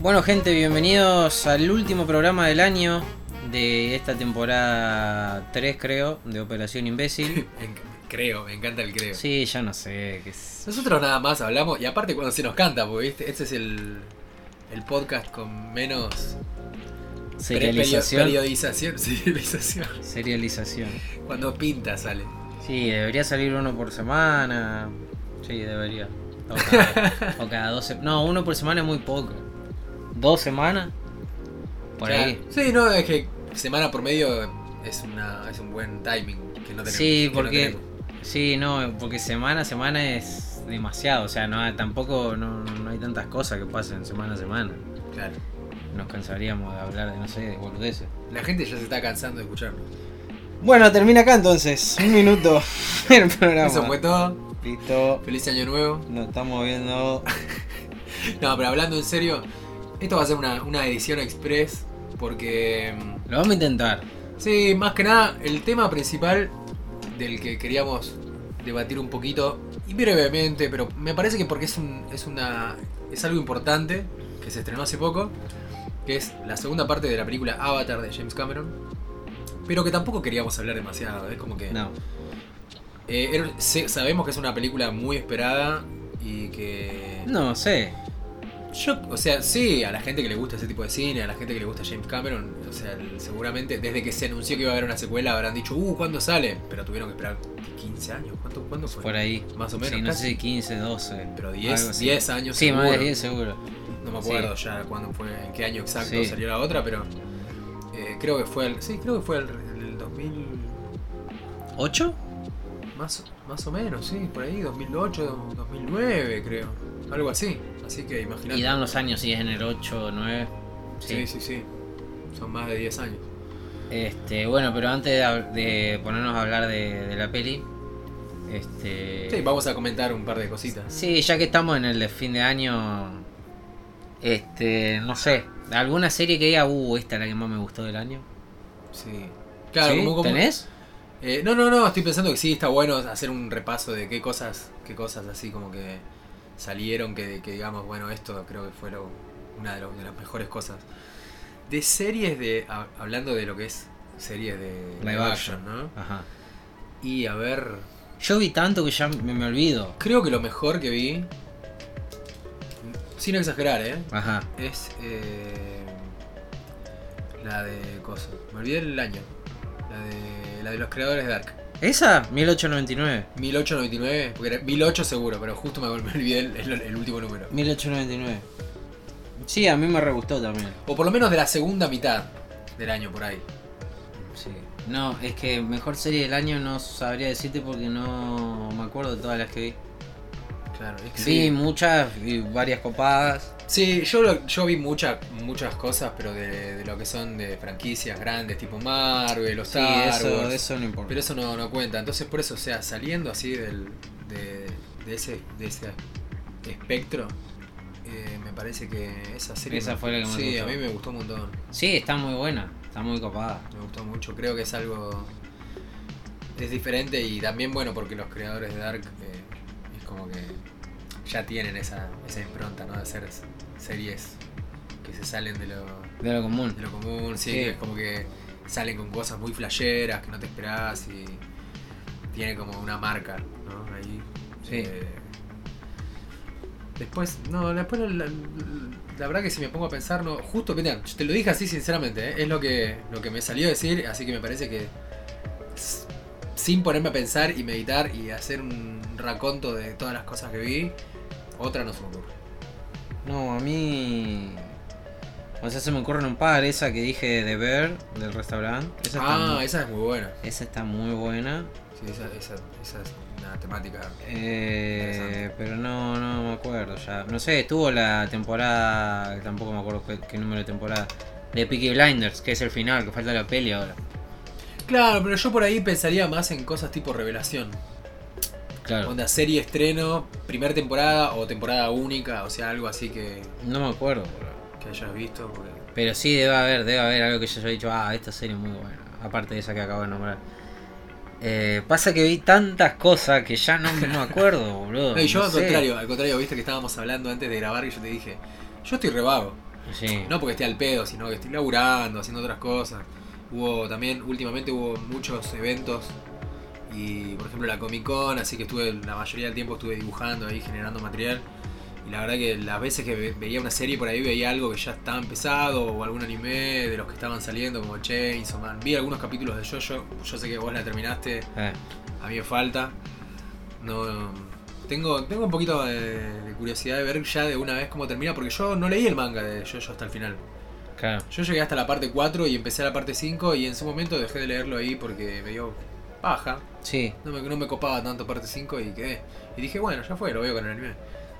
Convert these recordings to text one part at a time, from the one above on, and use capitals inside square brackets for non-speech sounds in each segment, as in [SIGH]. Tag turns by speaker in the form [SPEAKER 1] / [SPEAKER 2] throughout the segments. [SPEAKER 1] Bueno gente, bienvenidos al último programa del año de esta temporada 3 creo, de Operación Imbécil.
[SPEAKER 2] Creo, me encanta el creo.
[SPEAKER 1] Sí, ya no sé, qué es...
[SPEAKER 2] Nosotros nada más hablamos, y aparte cuando se nos canta, porque ¿viste? este es el, el podcast con menos pre-
[SPEAKER 1] serialización.
[SPEAKER 2] periodización, [LAUGHS] serialización.
[SPEAKER 1] Serialización.
[SPEAKER 2] Cuando pinta sale.
[SPEAKER 1] Sí, debería salir uno por semana. Sí, debería. O cada, o cada dos se- No, uno por semana es muy poco. ¿Dos semanas? Por
[SPEAKER 2] Ya.
[SPEAKER 1] ahí.
[SPEAKER 2] Sí, no, es que semana por medio es, una, es un buen timing que no tenemos.
[SPEAKER 1] Sí,
[SPEAKER 2] que no
[SPEAKER 1] porque...
[SPEAKER 2] tenemos.
[SPEAKER 1] sí, no, porque semana a semana es demasiado. O sea, no, tampoco no, no hay tantas cosas que pasen semana a semana.
[SPEAKER 2] Claro.
[SPEAKER 1] Nos cansaríamos de hablar de, no sé, de boludeces.
[SPEAKER 2] La gente ya se está cansando de escucharnos.
[SPEAKER 1] Bueno, termina acá entonces. Un minuto. [LAUGHS] El programa.
[SPEAKER 2] Eso fue todo.
[SPEAKER 1] Listo.
[SPEAKER 2] Feliz año nuevo.
[SPEAKER 1] Nos estamos viendo.
[SPEAKER 2] No, pero hablando en serio, esto va a ser una, una edición express porque... mm,
[SPEAKER 1] Lo vamos a intentar.
[SPEAKER 2] Sí, más que nada, el tema principal del que queríamos debatir un poquito, y brevemente, pero me parece que porque es, un- es, una, es algo importante que se estrenó hace poco, que es la segunda parte de la película Avatar de James Cameron, pero que tampoco queríamos hablar demasiado, es como que...
[SPEAKER 1] No.
[SPEAKER 2] Eh, era- se- sabemos que es una película muy esperada y que...
[SPEAKER 1] No sé.
[SPEAKER 2] Yo, o sea, sí, a la gente que le gusta ese tipo de cine, a la gente que le gusta James Cameron, o sea, el- seguramente desde que se anunció que iba a haber una secuela habrán dicho, uh, ¿cuándo sale? Pero tuvieron que esperar 15 años, ¿cuánto cuándo fue?
[SPEAKER 1] Por ahí.
[SPEAKER 2] Más o menos,
[SPEAKER 1] Sí, no
[SPEAKER 2] casi.
[SPEAKER 1] sé si 15, 12.
[SPEAKER 2] Pero
[SPEAKER 1] algo
[SPEAKER 2] 10,
[SPEAKER 1] así.
[SPEAKER 2] 10 años
[SPEAKER 1] Sí, más de
[SPEAKER 2] seguro.
[SPEAKER 1] 10 seguro.
[SPEAKER 2] No me acuerdo ya cuándo fue, en qué año exacto
[SPEAKER 1] Sí.
[SPEAKER 2] salió la otra, pero eh, creo que fue el, sí, creo que fue el, el 2000,
[SPEAKER 1] ¿8?
[SPEAKER 2] más, más o menos, sí, por ahí, 2008, 2009 creo, algo así, así que imagínate.
[SPEAKER 1] Y dan los años, si es en el 8 o 9.
[SPEAKER 2] sí, sí, sí, son más de 10 años.
[SPEAKER 1] Este, bueno, pero antes de, hab- de ponernos a hablar de, de la peli, este,
[SPEAKER 2] Sí, vamos a comentar un par de cositas.
[SPEAKER 1] sí, ya que estamos en el de fin de año, este, no sé, alguna serie que diga, uh, esta es la que más me gustó del año.
[SPEAKER 2] Sí. Claro,
[SPEAKER 1] ¿Sí?
[SPEAKER 2] como, como-
[SPEAKER 1] ¿Tenés?
[SPEAKER 2] Eh, no, no, no, estoy pensando que sí, está bueno hacer un repaso de qué cosas, qué cosas así como que salieron, que, que digamos, bueno, esto creo que fue lo- una de, lo- de las mejores cosas. De series de, ha- hablando de lo que es series de
[SPEAKER 1] Live
[SPEAKER 2] ¿no?
[SPEAKER 1] Ajá.
[SPEAKER 2] Y a ver,
[SPEAKER 1] Yo vi tanto que ya me, me olvido.
[SPEAKER 2] creo que lo mejor que vi, sin exagerar, ¿eh?
[SPEAKER 1] Ajá.
[SPEAKER 2] Es eh, la de cosa. Me olvidé el año. La de, la de los creadores de Dark.
[SPEAKER 1] ¿Esa? 1899.
[SPEAKER 2] 1899, porque era 18 seguro, pero justo me, me olvidé el, el- el último número.
[SPEAKER 1] 1899. Sí, a mí me re gustó también.
[SPEAKER 2] O por lo menos de la segunda mitad del año por ahí.
[SPEAKER 1] Sí. No, es que mejor serie del año no sabría decirte porque no me acuerdo de todas las que vi.
[SPEAKER 2] Claro, es que
[SPEAKER 1] Vi
[SPEAKER 2] sí.
[SPEAKER 1] muchas, vi varias copadas.
[SPEAKER 2] Sí, yo, lo- yo vi muchas muchas cosas, pero de, de lo que son de franquicias grandes, tipo Marvel, los
[SPEAKER 1] Sí,
[SPEAKER 2] Star
[SPEAKER 1] eso,
[SPEAKER 2] Wars.
[SPEAKER 1] eso no importa.
[SPEAKER 2] Pero eso no, no cuenta. Entonces, por eso, o sea, saliendo así del, de, de ese, de ese espectro, eh, me parece que esa serie.
[SPEAKER 1] Esa fue la que más
[SPEAKER 2] Sí,
[SPEAKER 1] te
[SPEAKER 2] a
[SPEAKER 1] gustó.
[SPEAKER 2] mí me gustó un montón.
[SPEAKER 1] Sí, está muy buena, está muy copada.
[SPEAKER 2] Me gustó mucho. Creo que es algo. Es diferente y también bueno porque los creadores de Dark eh, es como que ya tienen esa, esa impronta, ¿no? De hacer s- series que se salen de lo,
[SPEAKER 1] De lo común.
[SPEAKER 2] de lo común, sí,
[SPEAKER 1] Sí.
[SPEAKER 2] que es como que salen con cosas muy flasheras que no te esperás y tiene como una marca, ¿no? Ahí.
[SPEAKER 1] Sí.
[SPEAKER 2] Eh, después, no, después la, la- la verdad que si me pongo a pensar, no, justo, mirá, yo te lo dije así sinceramente, ¿eh? es lo que, lo que me salió a decir, así que me parece que s- sin ponerme a pensar y meditar y hacer un raconto de todas las cosas que vi, otra no se me ocurre.
[SPEAKER 1] No, a mí. O sea, se me ocurren un par. Esa que dije de ver, del restaurante. Esa está,
[SPEAKER 2] Ah,
[SPEAKER 1] muy,
[SPEAKER 2] esa es muy buena.
[SPEAKER 1] esa está muy buena.
[SPEAKER 2] Sí, esa, esa, esa es una temática
[SPEAKER 1] Eh,
[SPEAKER 2] Interesante.
[SPEAKER 1] pero no, no me acuerdo ya. No sé, estuvo la temporada. Tampoco me acuerdo qué, qué número de temporada. De Peaky Blinders, que es el final, que falta la peli ahora.
[SPEAKER 2] Claro, pero yo por ahí pensaría más en cosas tipo revelación.
[SPEAKER 1] Claro.
[SPEAKER 2] Onda, serie estreno, primera temporada o temporada única, o sea, algo así que,
[SPEAKER 1] No me acuerdo, boludo.
[SPEAKER 2] que hayas visto. porque-
[SPEAKER 1] Pero sí, debe haber, debe haber algo que yo haya dicho, ah, esta serie es muy buena. Aparte de esa que acabo de nombrar. Eh, pasa que vi tantas cosas que ya no me acuerdo, [LAUGHS] boludo.
[SPEAKER 2] No, y yo
[SPEAKER 1] no
[SPEAKER 2] al
[SPEAKER 1] sé.
[SPEAKER 2] contrario, al contrario, viste que estábamos hablando antes de grabar y yo te dije, yo estoy re vago.
[SPEAKER 1] Sí.
[SPEAKER 2] No porque esté al pedo, sino que estoy laburando, haciendo otras cosas. Hubo también, últimamente hubo muchos eventos y por ejemplo la Comic Con, así que estuve la mayoría del tiempo estuve dibujando ahí, generando material. Y la verdad que las veces que ve- veía una serie por ahí veía algo que ya estaba empezado o algún anime de los que estaban saliendo como Chainsaw Man. Vi algunos capítulos de Jojo, yo sé que vos la terminaste,
[SPEAKER 1] Eh,
[SPEAKER 2] a mí me falta. No tengo tengo un poquito de, de curiosidad de ver ya de una vez cómo termina porque yo no leí el manga de Jojo hasta el final.
[SPEAKER 1] claro.
[SPEAKER 2] Yo llegué hasta la parte 4 y empecé la parte 5 y en su momento dejé de leerlo ahí porque me dio paja.
[SPEAKER 1] Sí.
[SPEAKER 2] No me, no me copaba tanto parte 5 y quedé. Y dije, bueno, ya fue, lo veo con el anime.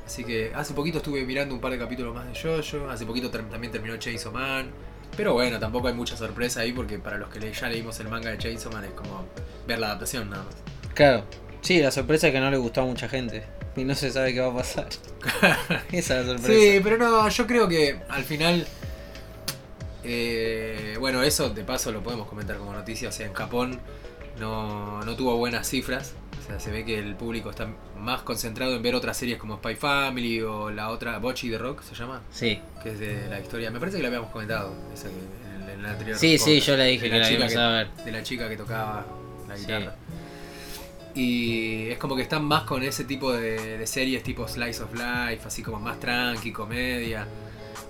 [SPEAKER 2] Así que hace poquito estuve mirando un par de capítulos más de JoJo, hace poquito ter- también terminó Chainsaw Man. Pero bueno, tampoco hay mucha sorpresa ahí porque para los que le- ya leímos el manga de Chainsaw Man es como ver la adaptación nada más.
[SPEAKER 1] Claro. Sí, la sorpresa es que no le gustó a mucha gente. Y no se sabe qué va a [LAUGHS] pasar. Esa es la
[SPEAKER 2] Sí,
[SPEAKER 1] sorpresa.
[SPEAKER 2] pero no, yo creo que al final. eh, bueno, eso de paso lo podemos comentar como noticia. O sea, en Japón no, no tuvo buenas cifras. O sea, se ve que el público está más concentrado en ver otras series como Spy Family o la otra Bochi de Rock, se llama,
[SPEAKER 1] Sí.
[SPEAKER 2] que es de la historia. Me parece que la habíamos comentado esa que- en, en la anterior.
[SPEAKER 1] Sí, sí,
[SPEAKER 2] podcast,
[SPEAKER 1] yo le dije
[SPEAKER 2] de
[SPEAKER 1] que la
[SPEAKER 2] chica
[SPEAKER 1] íbamos a ver.
[SPEAKER 2] de la chica que tocaba la
[SPEAKER 1] Sí.
[SPEAKER 2] guitarra. Y es como que están más con ese tipo de, de series tipo Slice of Life, así como más tranqui, comedia.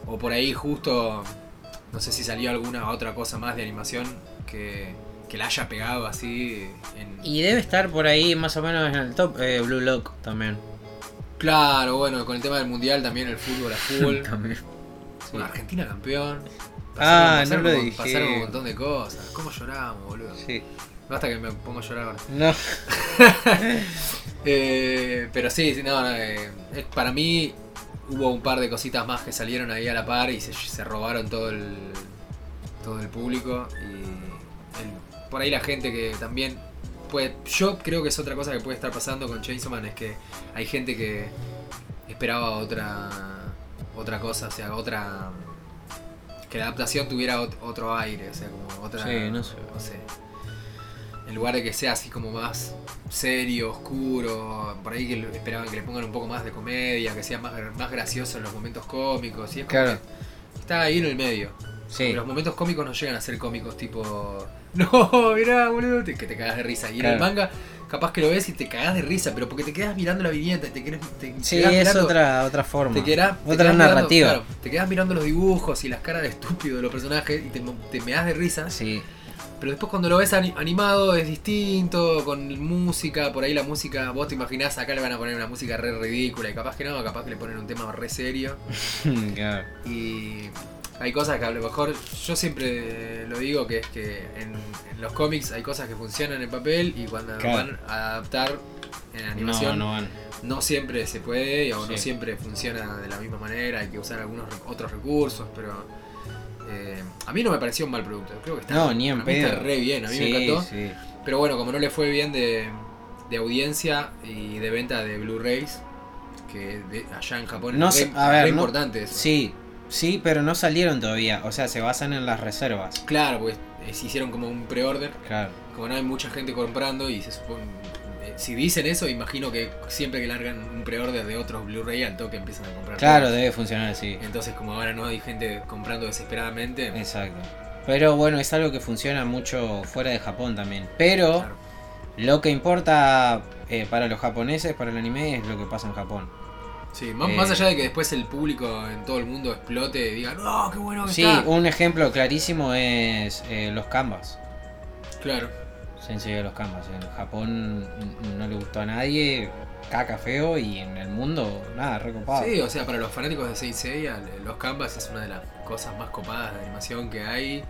[SPEAKER 2] O por ahí justo, no sé si salió alguna otra cosa más de animación que, que la haya pegado así. En...
[SPEAKER 1] Y debe estar por ahí más o menos en el top eh, Blue Lock también.
[SPEAKER 2] Claro, bueno, con el tema del mundial también, el fútbol a full.
[SPEAKER 1] [LAUGHS] También.
[SPEAKER 2] Bueno, Argentina campeón.
[SPEAKER 1] Ah,
[SPEAKER 2] Pasaron-
[SPEAKER 1] no lo
[SPEAKER 2] pasaron- Pasaron un
[SPEAKER 1] dije.
[SPEAKER 2] montón de cosas. ¿Cómo lloramos, boludo?
[SPEAKER 1] Sí.
[SPEAKER 2] Basta que me pongo a llorar ahora.
[SPEAKER 1] No.
[SPEAKER 2] Eh, pero sí, sí, no, no, eh, es- para mí hubo un par de cositas más que salieron ahí a la par y se, se robaron todo el, todo el público. Y el- por ahí la gente que también... Pues, yo creo que es otra cosa que puede estar pasando con Chainsaw Man, es que hay gente que esperaba otra otra cosa, o sea, otra... Que la adaptación tuviera ot- otro aire, o sea, como otra...
[SPEAKER 1] Sí, no sé.
[SPEAKER 2] No sé. En lugar de que sea así como más serio, oscuro, por ahí que le- esperaban que le pongan un poco más de comedia, que sea más, más gracioso en los momentos cómicos. Y es como
[SPEAKER 1] Claro.
[SPEAKER 2] que está ahí en el medio.
[SPEAKER 1] Sí.
[SPEAKER 2] Los momentos cómicos no llegan a ser cómicos tipo. [LAUGHS] No, mirá, boludo, te- que te cagas de risa. Y en el
[SPEAKER 1] Claro.
[SPEAKER 2] manga, capaz que lo ves y te cagas de risa, pero porque te quedas mirando la viñeta, te querés- te
[SPEAKER 1] Sí,
[SPEAKER 2] quedás
[SPEAKER 1] es
[SPEAKER 2] mirando-
[SPEAKER 1] otra, otra forma.
[SPEAKER 2] te quedás- te
[SPEAKER 1] otra
[SPEAKER 2] quedás mirando-
[SPEAKER 1] narrativa.
[SPEAKER 2] claro, te quedas mirando los dibujos y las caras de estúpido de los personajes y te, mo- te meás de risa.
[SPEAKER 1] Sí.
[SPEAKER 2] [LAUGHS] Pero después cuando lo ves ani- animado es distinto, con música, por ahí la música, vos te imaginás, acá le van a poner una música re ridícula y capaz que no, capaz que le ponen un tema re serio.
[SPEAKER 1] Claro.
[SPEAKER 2] Y hay cosas que a lo mejor, yo siempre lo digo, que es que en, en los cómics hay cosas que funcionan en papel y cuando
[SPEAKER 1] Claro.
[SPEAKER 2] van a adaptar en
[SPEAKER 1] No,
[SPEAKER 2] animación no,
[SPEAKER 1] no van.
[SPEAKER 2] siempre se puede o no
[SPEAKER 1] Sí.
[SPEAKER 2] siempre funciona de la misma manera, hay que usar algunos re- otros recursos, pero... eh, a mí no me pareció un mal producto, creo que está,
[SPEAKER 1] No, ni en
[SPEAKER 2] para mí está
[SPEAKER 1] pedo.
[SPEAKER 2] re bien, a mí
[SPEAKER 1] Sí,
[SPEAKER 2] me encantó.
[SPEAKER 1] sí.
[SPEAKER 2] Pero bueno, como no le fue bien de, de audiencia y de venta de Blu-rays, que de- allá en Japón
[SPEAKER 1] No
[SPEAKER 2] es
[SPEAKER 1] sé,
[SPEAKER 2] re-
[SPEAKER 1] a ver,
[SPEAKER 2] re
[SPEAKER 1] no-
[SPEAKER 2] importante eso.
[SPEAKER 1] Sí, sí, pero no salieron todavía. O sea, se basan en las reservas.
[SPEAKER 2] Claro, pues se hicieron como un pre-order,
[SPEAKER 1] Claro.
[SPEAKER 2] como no hay mucha gente comprando y se supone... eh, Si dicen eso, imagino que siempre que largan un pre-order de otros Blu-ray al toque empiezan a comprar.
[SPEAKER 1] Claro,
[SPEAKER 2] todos.
[SPEAKER 1] debe funcionar así.
[SPEAKER 2] Entonces como ahora no hay gente comprando desesperadamente...
[SPEAKER 1] Exacto. Pero bueno, es algo que funciona mucho fuera de Japón también. Pero
[SPEAKER 2] claro.
[SPEAKER 1] lo que importa eh, para los japoneses, para el anime, es lo que pasa en Japón.
[SPEAKER 2] Sí, más,
[SPEAKER 1] Eh.
[SPEAKER 2] más allá de que después el público en todo el mundo explote y diga, no, qué bueno que
[SPEAKER 1] Sí,
[SPEAKER 2] está.
[SPEAKER 1] un ejemplo clarísimo es eh, los canvas.
[SPEAKER 2] Claro.
[SPEAKER 1] Sensei de los canvas. En Japón n- no le gustó a nadie, caca feo, y en el mundo, nada, recopado.
[SPEAKER 2] Sí, o sea, para los fanáticos de 6 Seiya, los canvas es una de las cosas más copadas de animación que hay.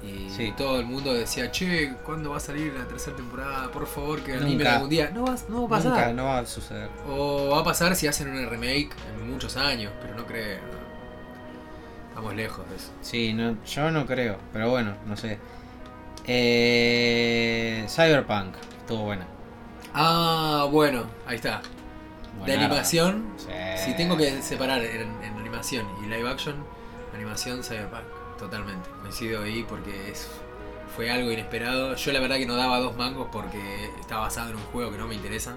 [SPEAKER 2] Y
[SPEAKER 1] Sí.
[SPEAKER 2] todo el mundo decía, che, ¿cuándo va a salir la tercera temporada? Por favor, que anime
[SPEAKER 1] Nunca.
[SPEAKER 2] algún día. No va, no va a pasar.
[SPEAKER 1] Nunca, no va a suceder.
[SPEAKER 2] O va a pasar si hacen una remake en muchos años, pero no creo. Estamos lejos de eso.
[SPEAKER 1] Sí, no, yo no creo, pero bueno, no sé. Eh, Cyberpunk, estuvo buena.
[SPEAKER 2] Ah, bueno, ahí está. de
[SPEAKER 1] Buenarda.
[SPEAKER 2] animación,
[SPEAKER 1] Sí.
[SPEAKER 2] si tengo que separar en, en animación y live action, animación Cyberpunk, totalmente. Coincido ahí porque es, fue algo inesperado. Yo la verdad que no daba dos mangos porque está basado en un juego que no me interesa.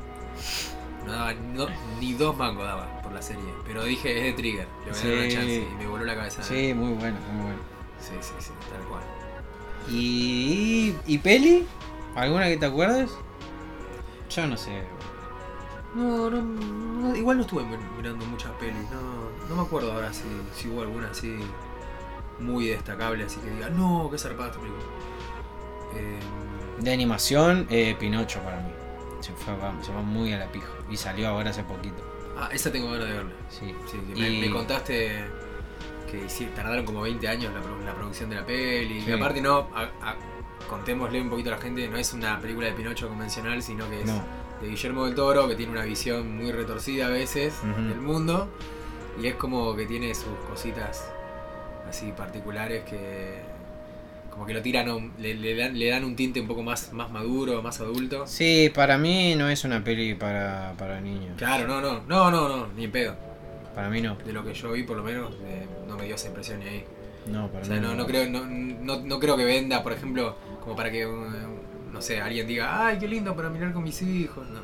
[SPEAKER 2] No daba no- ni dos mangos daba por la serie. Pero dije, es de Trigger, le voy a dar una
[SPEAKER 1] Sí.
[SPEAKER 2] chance. Y me voló la cabeza.
[SPEAKER 1] Sí, muy bueno, muy bueno.
[SPEAKER 2] sí, sí, sí, tal cual.
[SPEAKER 1] ¿Y, y peli? ¿Alguna que te acuerdes? Yo no sé.
[SPEAKER 2] No, no, no, igual no estuve mir- mirando muchas pelis, no, no me acuerdo ahora si, si hubo alguna así muy destacable, así que diga, no, qué zarpada esta película. Eh,
[SPEAKER 1] De animación, eh, Pinocho para mí. Se fue, va- se va muy a la pija. Y salió ahora hace poquito.
[SPEAKER 2] ah, esa tengo ganas de verla.
[SPEAKER 1] Sí.
[SPEAKER 2] Sí, que me,
[SPEAKER 1] Y-
[SPEAKER 2] me contaste que sí, tardaron como 20 años la, pro- la producción de la peli.
[SPEAKER 1] Sí.
[SPEAKER 2] Y aparte no, a- a- contémosle un poquito a la gente, no es una película de Pinocho convencional, sino que es
[SPEAKER 1] No.
[SPEAKER 2] de Guillermo del Toro, que tiene una visión muy retorcida a veces
[SPEAKER 1] Ujú.
[SPEAKER 2] del mundo. Y es como que tiene sus cositas así particulares que como que lo tiran, a un- le, le dan, le dan un tinte un poco más, más maduro, más adulto.
[SPEAKER 1] Sí, para mí no es una peli para, para niños.
[SPEAKER 2] Claro, no, no, no, no, no, ni en pedo.
[SPEAKER 1] Para mí no.
[SPEAKER 2] De lo que yo vi por lo menos, eh, no me dio esa impresión ni ahí.
[SPEAKER 1] No, para
[SPEAKER 2] O sea,
[SPEAKER 1] mí
[SPEAKER 2] no, no, creo, no, no, no creo que venda, por ejemplo, como para que, eh, no sé, alguien diga, ay, qué lindo para mirar con mis hijos. No.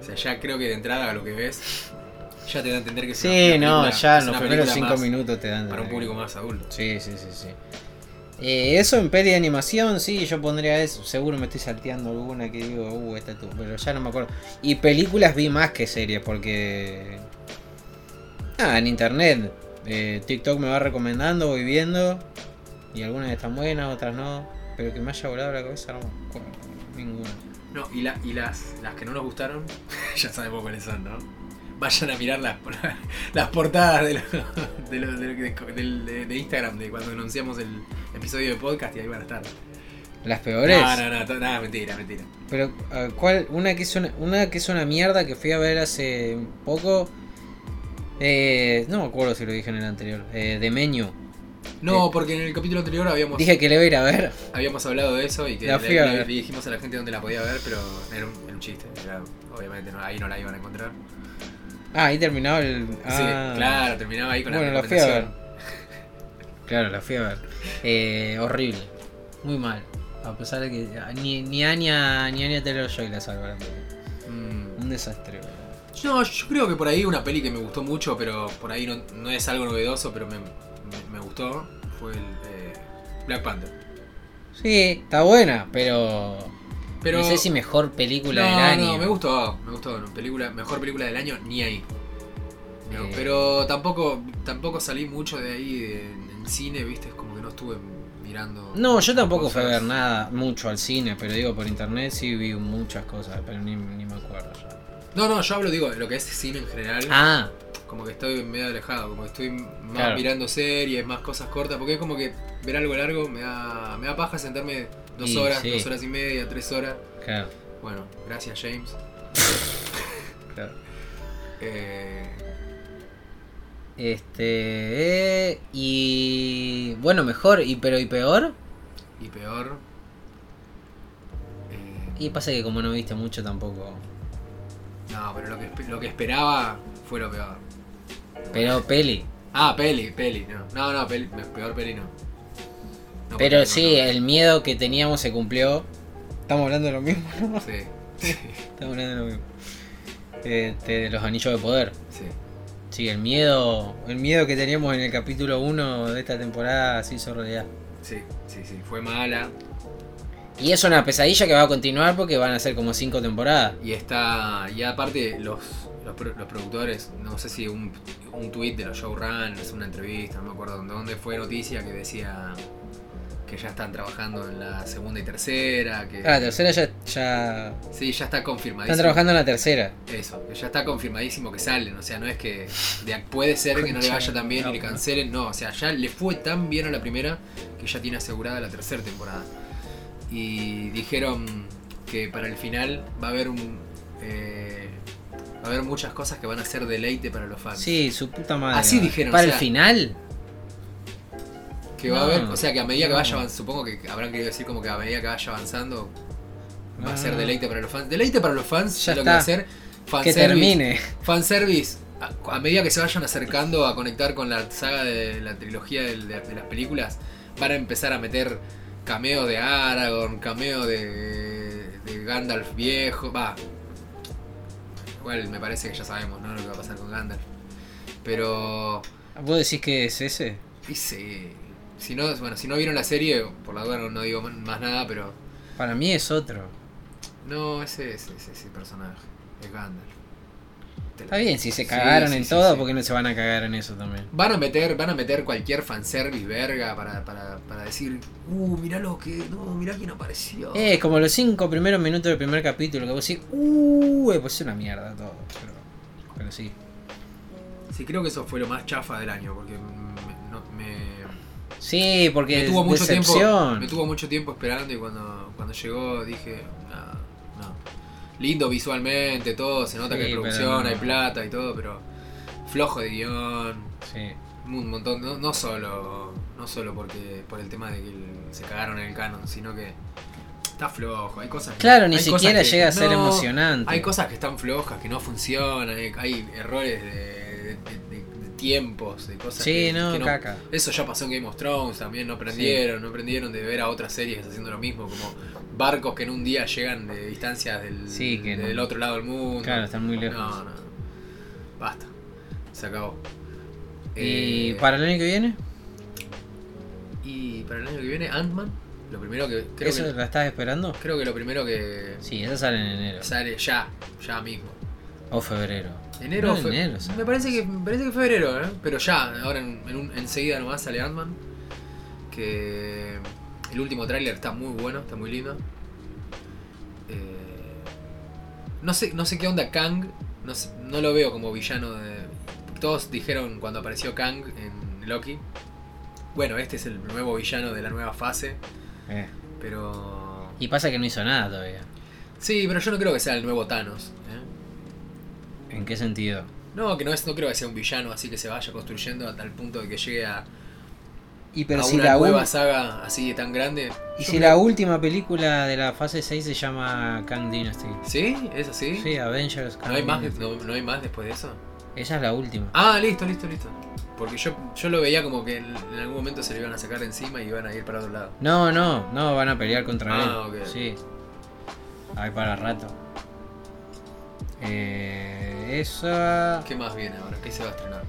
[SPEAKER 2] O sea, ya creo que de entrada lo que ves, ya te da a entender que es una-
[SPEAKER 1] Sí,
[SPEAKER 2] una
[SPEAKER 1] no,
[SPEAKER 2] película-
[SPEAKER 1] ya
[SPEAKER 2] es
[SPEAKER 1] en los
[SPEAKER 2] una
[SPEAKER 1] primeros
[SPEAKER 2] película
[SPEAKER 1] 5
[SPEAKER 2] más
[SPEAKER 1] minutos te dan. de
[SPEAKER 2] Para un
[SPEAKER 1] la-
[SPEAKER 2] público más adulto.
[SPEAKER 1] Sí, sí, sí, sí. Eh, eso en peli de animación, sí, yo pondría eso. Seguro me estoy salteando alguna que digo, uh, esta tú, pero ya no me acuerdo. Y películas vi más que series, porque. Ah, en internet. eh, TikTok me va recomendando, voy viendo. Y algunas están buenas, otras no. Pero que me haya volado la cabeza, no me acuerdo. Ninguna.
[SPEAKER 2] No, y, la, y las, las que no nos gustaron, [LAUGHS] ya sabemos cuáles son, ¿no? Vayan a mirar las, [LAUGHS] las portadas de, los- de, los- de, lo que- del- de- de Instagram de cuando anunciamos el episodio de podcast y ahí van a estar.
[SPEAKER 1] Las peores.
[SPEAKER 2] No, no, no, to- nada, mentira, mentira.
[SPEAKER 1] Pero, ah, ¿cuál? Una que, es una, una que es una mierda que fui a ver hace un poco. Eh, no me acuerdo si lo dije en el anterior. Eh, de Menu.
[SPEAKER 2] No, porque en el capítulo anterior habíamos,
[SPEAKER 1] Eh, Dije que le iba a ir a ver.
[SPEAKER 2] habíamos hablado de eso y que
[SPEAKER 1] La
[SPEAKER 2] le,
[SPEAKER 1] fui a
[SPEAKER 2] le-
[SPEAKER 1] ver.
[SPEAKER 2] le dijimos a la gente dónde la podía ver, pero era un, era un chiste. era- obviamente no, ahí no la iban a encontrar.
[SPEAKER 1] Ah, ahí terminaba el. Ah,
[SPEAKER 2] sí, claro, terminaba ahí con
[SPEAKER 1] Bueno,
[SPEAKER 2] la
[SPEAKER 1] la fui a ver.
[SPEAKER 2] recomendación.
[SPEAKER 1] Claro, la fui a ver. Eh, horrible. Muy mal. A pesar de que ah, ni, ni Anya ni Anya Taylor Joy la salvaron.
[SPEAKER 2] Mm.
[SPEAKER 1] Un desastre, boludo.
[SPEAKER 2] No, yo creo que por ahí una peli que me gustó mucho, pero por ahí no, no es algo novedoso, pero me, me- me gustó, fue el eh, Black Panther.
[SPEAKER 1] Sí, está buena, pero.
[SPEAKER 2] Pero,
[SPEAKER 1] No sé si mejor película
[SPEAKER 2] no,
[SPEAKER 1] del año.
[SPEAKER 2] no, me gustó, me gustó. no, película, mejor película del año, ni ahí. No,
[SPEAKER 1] Eh.
[SPEAKER 2] Pero tampoco tampoco salí mucho de ahí de- en cine, viste, es como que no estuve mirando.
[SPEAKER 1] No, yo tampoco fui a ver
[SPEAKER 2] cosas.
[SPEAKER 1] nada mucho al cine, pero digo, por internet sí vi muchas cosas, pero ni, ni me acuerdo ya.
[SPEAKER 2] No, no, yo hablo, digo, de lo que es cine en general.
[SPEAKER 1] Ah,
[SPEAKER 2] como que estoy medio alejado, como que estoy más
[SPEAKER 1] Claro.
[SPEAKER 2] mirando series, más cosas cortas, porque es como que ver algo largo me da, me da paja sentarme dos
[SPEAKER 1] Y,
[SPEAKER 2] horas,
[SPEAKER 1] sí.
[SPEAKER 2] dos horas y media, tres horas.
[SPEAKER 1] claro,
[SPEAKER 2] Bueno, gracias James.
[SPEAKER 1] claro.
[SPEAKER 2] Eh,
[SPEAKER 1] Este. eh, y. Bueno, mejor, y pero y peor.
[SPEAKER 2] y peor. eh,
[SPEAKER 1] Y pasa que como no viste mucho tampoco.
[SPEAKER 2] no, pero lo que, espe- lo que esperaba fue lo peor.
[SPEAKER 1] Pero peli.
[SPEAKER 2] Ah, peli, peli, no. No, no, peli- peor peli no. No, porque
[SPEAKER 1] Pero
[SPEAKER 2] no,
[SPEAKER 1] sí,
[SPEAKER 2] no.
[SPEAKER 1] el miedo que teníamos se cumplió. Estamos hablando de lo mismo, [LAUGHS] ¿no?
[SPEAKER 2] Sí, sí,
[SPEAKER 1] Estamos hablando de lo mismo. Este, de los anillos de poder.
[SPEAKER 2] sí.
[SPEAKER 1] Sí, el miedo. El miedo que teníamos en el capítulo 1 de esta temporada se hizo realidad.
[SPEAKER 2] Sí, sí, sí, fue mala.
[SPEAKER 1] Y es una pesadilla que va a continuar porque van a ser como cinco temporadas.
[SPEAKER 2] Y está. Y aparte, los, los, pro- los productores, no sé si un, un tweet de los showrunners, una entrevista, no me acuerdo dónde, dónde fue noticia que decía que ya están trabajando en la segunda y tercera. Que,
[SPEAKER 1] Ah, la tercera ya, ya.
[SPEAKER 2] Sí, ya está confirmadísimo.
[SPEAKER 1] Están trabajando en la tercera.
[SPEAKER 2] Eso, que ya está confirmadísimo que salen. O sea, no es que. de- puede ser que no le vaya tan bien y le cancelen. No, o sea, ya le fue tan bien a la primera que ya tiene asegurada la tercera temporada. Y dijeron que para el final va a haber un. eh, va a haber muchas cosas que van a ser deleite para los fans.
[SPEAKER 1] Sí, su puta madre.
[SPEAKER 2] Así dijeron,
[SPEAKER 1] Para
[SPEAKER 2] o
[SPEAKER 1] el
[SPEAKER 2] sea-
[SPEAKER 1] final.
[SPEAKER 2] Que va a haber.
[SPEAKER 1] No.
[SPEAKER 2] O sea, que a medida que
[SPEAKER 1] No.
[SPEAKER 2] vaya avanzando. Supongo que habrán querido decir como que a medida que vaya avanzando. Va a ser
[SPEAKER 1] No.
[SPEAKER 2] deleite para los fans. Deleite para los fans
[SPEAKER 1] Ya
[SPEAKER 2] es lo que va a
[SPEAKER 1] está.
[SPEAKER 2] ser.
[SPEAKER 1] Que
[SPEAKER 2] fanservice.
[SPEAKER 1] termine.
[SPEAKER 2] Fanservice, a, a medida que se vayan acercando a conectar con la saga de la trilogía del- de, de las películas, van a empezar a meter cameo de Aragorn, cameo de, de Gandalf viejo, va. Igual me parece que ya sabemos, ¿no? Lo que va a pasar con Gandalf. Pero.
[SPEAKER 1] [LAUGHS] ¿Vos decís que es ese?
[SPEAKER 2] y sí. Si no, bueno, si no vieron la serie, por la duda no, no digo más nada, pero.
[SPEAKER 1] Para mí es otro.
[SPEAKER 2] No, ese es ese, ese personaje. Es Gandalf. Te la-
[SPEAKER 1] Está bien, si se
[SPEAKER 2] Sí,
[SPEAKER 1] cagaron
[SPEAKER 2] sí,
[SPEAKER 1] en
[SPEAKER 2] sí,
[SPEAKER 1] todo,
[SPEAKER 2] sí.
[SPEAKER 1] porque no se van a cagar en eso también?
[SPEAKER 2] Van a meter, van a meter cualquier fanservice verga para, para, para decir, uh, mirá lo que. No, mirá quién apareció.
[SPEAKER 1] Eh, como los cinco primeros minutos del primer capítulo, que vos decís, uh, eh, pues es una mierda todo. Pero, pero sí.
[SPEAKER 2] Sí, creo que eso fue lo más chafa del año, porque me, no- me-
[SPEAKER 1] Sí, porque
[SPEAKER 2] me
[SPEAKER 1] es
[SPEAKER 2] tuvo mucho tiempo.
[SPEAKER 1] decepción.
[SPEAKER 2] Me tuvo mucho tiempo esperando y cuando, cuando llegó dije, "Ah, no. Lindo visualmente, todo, se nota
[SPEAKER 1] Sí,
[SPEAKER 2] que hay
[SPEAKER 1] pero
[SPEAKER 2] producción,
[SPEAKER 1] no.
[SPEAKER 2] hay plata y todo, pero flojo de guión,
[SPEAKER 1] Sí.
[SPEAKER 2] un montón, no, no solo, no solo porque por el tema de que el- se cagaron en el canon, sino que está flojo, hay cosas que-
[SPEAKER 1] Claro, ni
[SPEAKER 2] hay cosas
[SPEAKER 1] siquiera
[SPEAKER 2] que-
[SPEAKER 1] llega a ser
[SPEAKER 2] no,
[SPEAKER 1] emocionante.
[SPEAKER 2] Hay cosas que están flojas, que no funcionan, hay, hay errores de, de- de- de tiempos, de cosas
[SPEAKER 1] sí,
[SPEAKER 2] que,
[SPEAKER 1] no,
[SPEAKER 2] que
[SPEAKER 1] caca.
[SPEAKER 2] Eso ya pasó en Game of Thrones también, no aprendieron, no aprendieron de ver a otras series haciendo lo mismo, como barcos que en un día llegan de distancias del,
[SPEAKER 1] Sí, que no.
[SPEAKER 2] del otro lado del mundo.
[SPEAKER 1] Claro, están muy lejos.
[SPEAKER 2] No, no. Basta. Se acabó.
[SPEAKER 1] ¿Y
[SPEAKER 2] Eh,
[SPEAKER 1] para el año que viene?
[SPEAKER 2] y para el año que viene, Ant-Man, lo primero que creo,
[SPEAKER 1] ¿Eso
[SPEAKER 2] que.
[SPEAKER 1] la estás esperando?
[SPEAKER 2] Creo que lo primero que
[SPEAKER 1] Sí, esa sale en enero.
[SPEAKER 2] sale ya, ya mismo.
[SPEAKER 1] O febrero.
[SPEAKER 2] Enero,
[SPEAKER 1] No,
[SPEAKER 2] fe-
[SPEAKER 1] enero, o sea.
[SPEAKER 2] me parece que me parece que febrero, ¿eh? pero ya, ahora en, en un- enseguida nomás sale Ant-Man. Que el último tráiler está muy bueno, está muy lindo. Eh, no sé, no sé qué onda Kang, no, sé- no lo veo como villano de. Todos dijeron cuando apareció Kang en Loki. Bueno, este es el nuevo villano de la nueva fase,
[SPEAKER 1] Eh.
[SPEAKER 2] pero.
[SPEAKER 1] Y pasa que no hizo nada todavía.
[SPEAKER 2] Sí, pero yo no creo que sea el nuevo Thanos. ¿eh?
[SPEAKER 1] ¿En qué sentido?
[SPEAKER 2] No, que no, es, no creo que sea un villano así que se vaya construyendo a tal punto de que llegue a,
[SPEAKER 1] Y
[SPEAKER 2] a
[SPEAKER 1] pero si
[SPEAKER 2] una
[SPEAKER 1] la,
[SPEAKER 2] nueva
[SPEAKER 1] ul-
[SPEAKER 2] saga así tan grande.
[SPEAKER 1] y
[SPEAKER 2] Yo
[SPEAKER 1] si
[SPEAKER 2] creo-
[SPEAKER 1] la última película de la fase 6 se llama Kang Dynasty.
[SPEAKER 2] ¿Sí? ¿Es así?
[SPEAKER 1] Sí, Avengers Kang
[SPEAKER 2] ¿No hay, más,
[SPEAKER 1] Dynasty.
[SPEAKER 2] no, no hay más después de eso?
[SPEAKER 1] Esa es la última.
[SPEAKER 2] Ah, listo, listo, listo. Porque yo, yo lo veía como que en, en algún momento se lo iban a sacar de encima y iban a ir para otro lado.
[SPEAKER 1] No, no, no, van a pelear contra
[SPEAKER 2] Ah,
[SPEAKER 1] él.
[SPEAKER 2] ok.
[SPEAKER 1] Sí. Hay para rato. Eh, esa.
[SPEAKER 2] ¿Qué más viene ahora? ¿Qué se va a estrenar?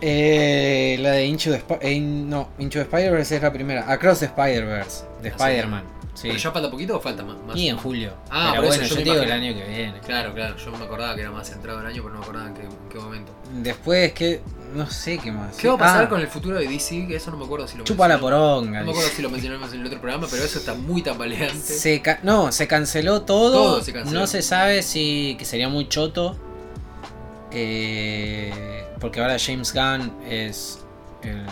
[SPEAKER 1] Eh, la de Into the, Spi- eh, no, Into the Spider-Verse es la primera. Across the Spider-Verse, de
[SPEAKER 2] Ah, sí.
[SPEAKER 1] Spider-Man. Sí.
[SPEAKER 2] ¿Pero ya falta poquito o falta más? más?
[SPEAKER 1] Y en julio.
[SPEAKER 2] Ah,
[SPEAKER 1] Pero
[SPEAKER 2] por eso
[SPEAKER 1] bueno,
[SPEAKER 2] yo
[SPEAKER 1] yo
[SPEAKER 2] me
[SPEAKER 1] te digo el
[SPEAKER 2] imagino.
[SPEAKER 1] año que viene.
[SPEAKER 2] Claro, claro. Yo me acordaba que era más centrado el año, pero no me acordaba en qué, en qué momento.
[SPEAKER 1] Después, que no sé qué más.
[SPEAKER 2] ¿Qué va a pasar
[SPEAKER 1] Ah,
[SPEAKER 2] con el futuro de DC? Eso no me acuerdo si lo
[SPEAKER 1] Chupa la
[SPEAKER 2] mencionamos.
[SPEAKER 1] poronga.
[SPEAKER 2] No me
[SPEAKER 1] dice.
[SPEAKER 2] acuerdo si lo mencionamos en el otro programa, pero eso está muy tambaleante.
[SPEAKER 1] [LAUGHS] Se ca- no, se canceló todo.
[SPEAKER 2] Todo se canceló.
[SPEAKER 1] No se sabe si. que sería muy choto. eh, porque ahora James Gunn es el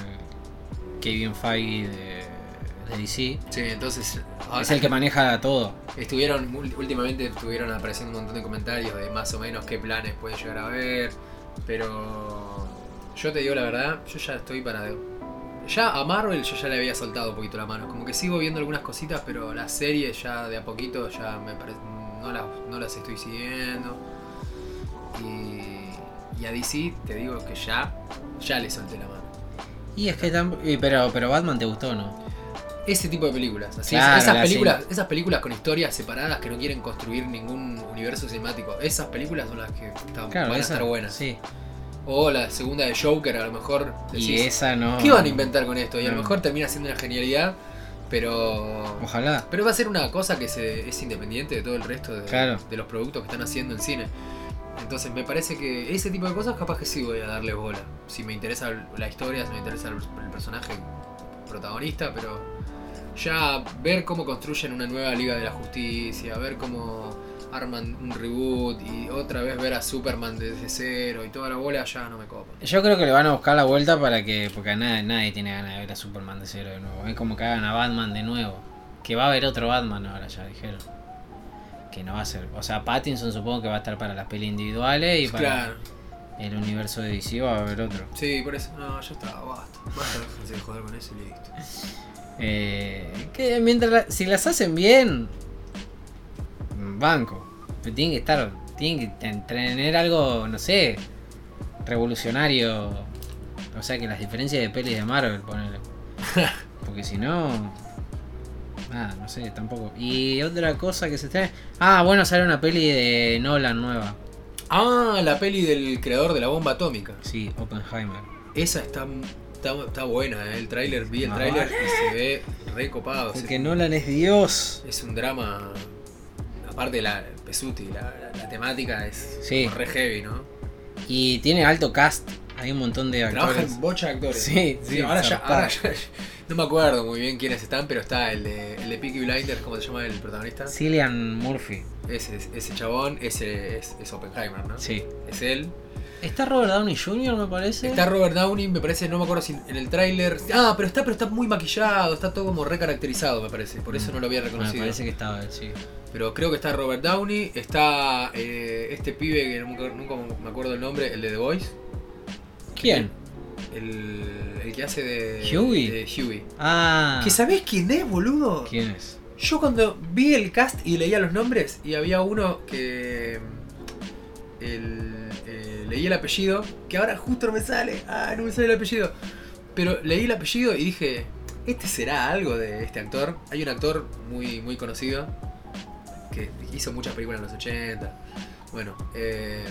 [SPEAKER 1] Kevin Feige de, de DC.
[SPEAKER 2] Sí, entonces ahora
[SPEAKER 1] Es el que maneja todo.
[SPEAKER 2] estuvieron ul- últimamente estuvieron apareciendo un montón de comentarios de más o menos qué planes puede llegar a ver, pero yo te digo la verdad, yo ya estoy para ya a Marvel yo ya le había soltado un poquito la mano, como que sigo viendo algunas cositas, pero las series ya de a poquito ya me parece no las no las estoy siguiendo. Y, y a DC te digo que ya ya le solté la mano.
[SPEAKER 1] Y es que tam- y pero, pero Batman te gustó, ¿no?
[SPEAKER 2] Ese tipo de películas. así,
[SPEAKER 1] Claro,
[SPEAKER 2] esas,
[SPEAKER 1] la
[SPEAKER 2] películas esas películas con historias separadas que no quieren construir ningún universo cinemático. Esas películas son las que están-
[SPEAKER 1] Claro,
[SPEAKER 2] van a
[SPEAKER 1] esa-
[SPEAKER 2] estar buenas.
[SPEAKER 1] Sí.
[SPEAKER 2] O la segunda de Joker, a lo mejor. Decís,
[SPEAKER 1] Y esa no.
[SPEAKER 2] ¿Qué van a inventar con esto? Y a lo
[SPEAKER 1] No.
[SPEAKER 2] mejor termina siendo una genialidad, pero.
[SPEAKER 1] Ojalá.
[SPEAKER 2] Pero va a ser una cosa que se, es independiente de todo el resto de,
[SPEAKER 1] Claro.
[SPEAKER 2] de los productos que están haciendo en cine. Entonces me parece que ese tipo de cosas capaz que sí voy a darle bola. Si me interesa la historia, si me interesa el, el personaje protagonista, pero ya ver cómo construyen una nueva Liga de la Justicia, ver cómo arman un reboot y otra vez ver a Superman desde cero y toda la bola ya no me copa.
[SPEAKER 1] Yo creo que le van a buscar la vuelta para que. Porque nadie, nadie tiene ganas de ver a Superman de cero de nuevo. Es como que hagan a Batman de nuevo. Que va a haber otro Batman ahora, ya dijeron. Que no va a ser. O sea, Pattinson supongo que va a estar para las pelis individuales y para
[SPEAKER 2] Claro,
[SPEAKER 1] el universo de DC va a haber otro.
[SPEAKER 2] sí, por eso. No, ya está, basta. Basta, [LAUGHS] déjense de joder con eso y listo.
[SPEAKER 1] Eh, que mientras. la- si las hacen bien. Banco. Pero tienen que estar. Tienen que ten- tener algo, no sé. Revolucionario. O sea, que las diferencias de pelis de Marvel, [LAUGHS] ponele. Porque si no. Nada, no sé, tampoco. Y otra cosa que se trae. Ah, bueno, sale una peli de Nolan nueva.
[SPEAKER 2] Ah, la peli del creador de la bomba atómica.
[SPEAKER 1] Sí, Oppenheimer.
[SPEAKER 2] Esa está, está, está buena, ¿eh? el tráiler, vi el
[SPEAKER 1] Ah.
[SPEAKER 2] tráiler y se ve recopado. se-
[SPEAKER 1] Porque Nolan es Dios.
[SPEAKER 2] Es un drama, aparte la Pesuti, la, la- la temática es
[SPEAKER 1] Sí.
[SPEAKER 2] como re heavy, ¿no?
[SPEAKER 1] Y tiene alto cast. Hay un montón de actores.
[SPEAKER 2] Trabajan bocha de actores.
[SPEAKER 1] Sí, sí,
[SPEAKER 2] ahora, ya,
[SPEAKER 1] zarpado.
[SPEAKER 2] ahora ya- [LAUGHS] No me acuerdo muy bien quiénes están, pero está el de, el de Peaky Blinders, ¿cómo se llama el protagonista?
[SPEAKER 1] Cillian Murphy.
[SPEAKER 2] Ese, ese chabón, ese es, es Oppenheimer, ¿no?
[SPEAKER 1] Sí.
[SPEAKER 2] Es él.
[SPEAKER 1] ¿Está Robert Downey Jr., me parece?
[SPEAKER 2] Está Robert Downey, me parece, no me acuerdo si en el tráiler. Ah, pero está, pero está muy maquillado, está todo como recaracterizado, me parece. Por eso no lo había
[SPEAKER 1] Ah, me
[SPEAKER 2] reconocido.
[SPEAKER 1] parece que estaba, sí.
[SPEAKER 2] Pero creo que está Robert Downey, está eh, este pibe que nunca, nunca me acuerdo el nombre, el de The Voice.
[SPEAKER 1] ¿Quién?
[SPEAKER 2] El, el que hace de
[SPEAKER 1] Huey.
[SPEAKER 2] de Huey.
[SPEAKER 1] Ah.
[SPEAKER 2] ¿Que sabés quién es, boludo?
[SPEAKER 1] ¿Quién es?
[SPEAKER 2] Yo cuando vi el cast y leía los nombres, y había uno que. el- eh, leí el apellido, que ahora justo no me sale. Ah, no me sale el apellido. Pero leí el apellido y dije: ¿Este será algo de este actor? Hay un actor muy, muy conocido que hizo muchas películas en los 80. Bueno, eh,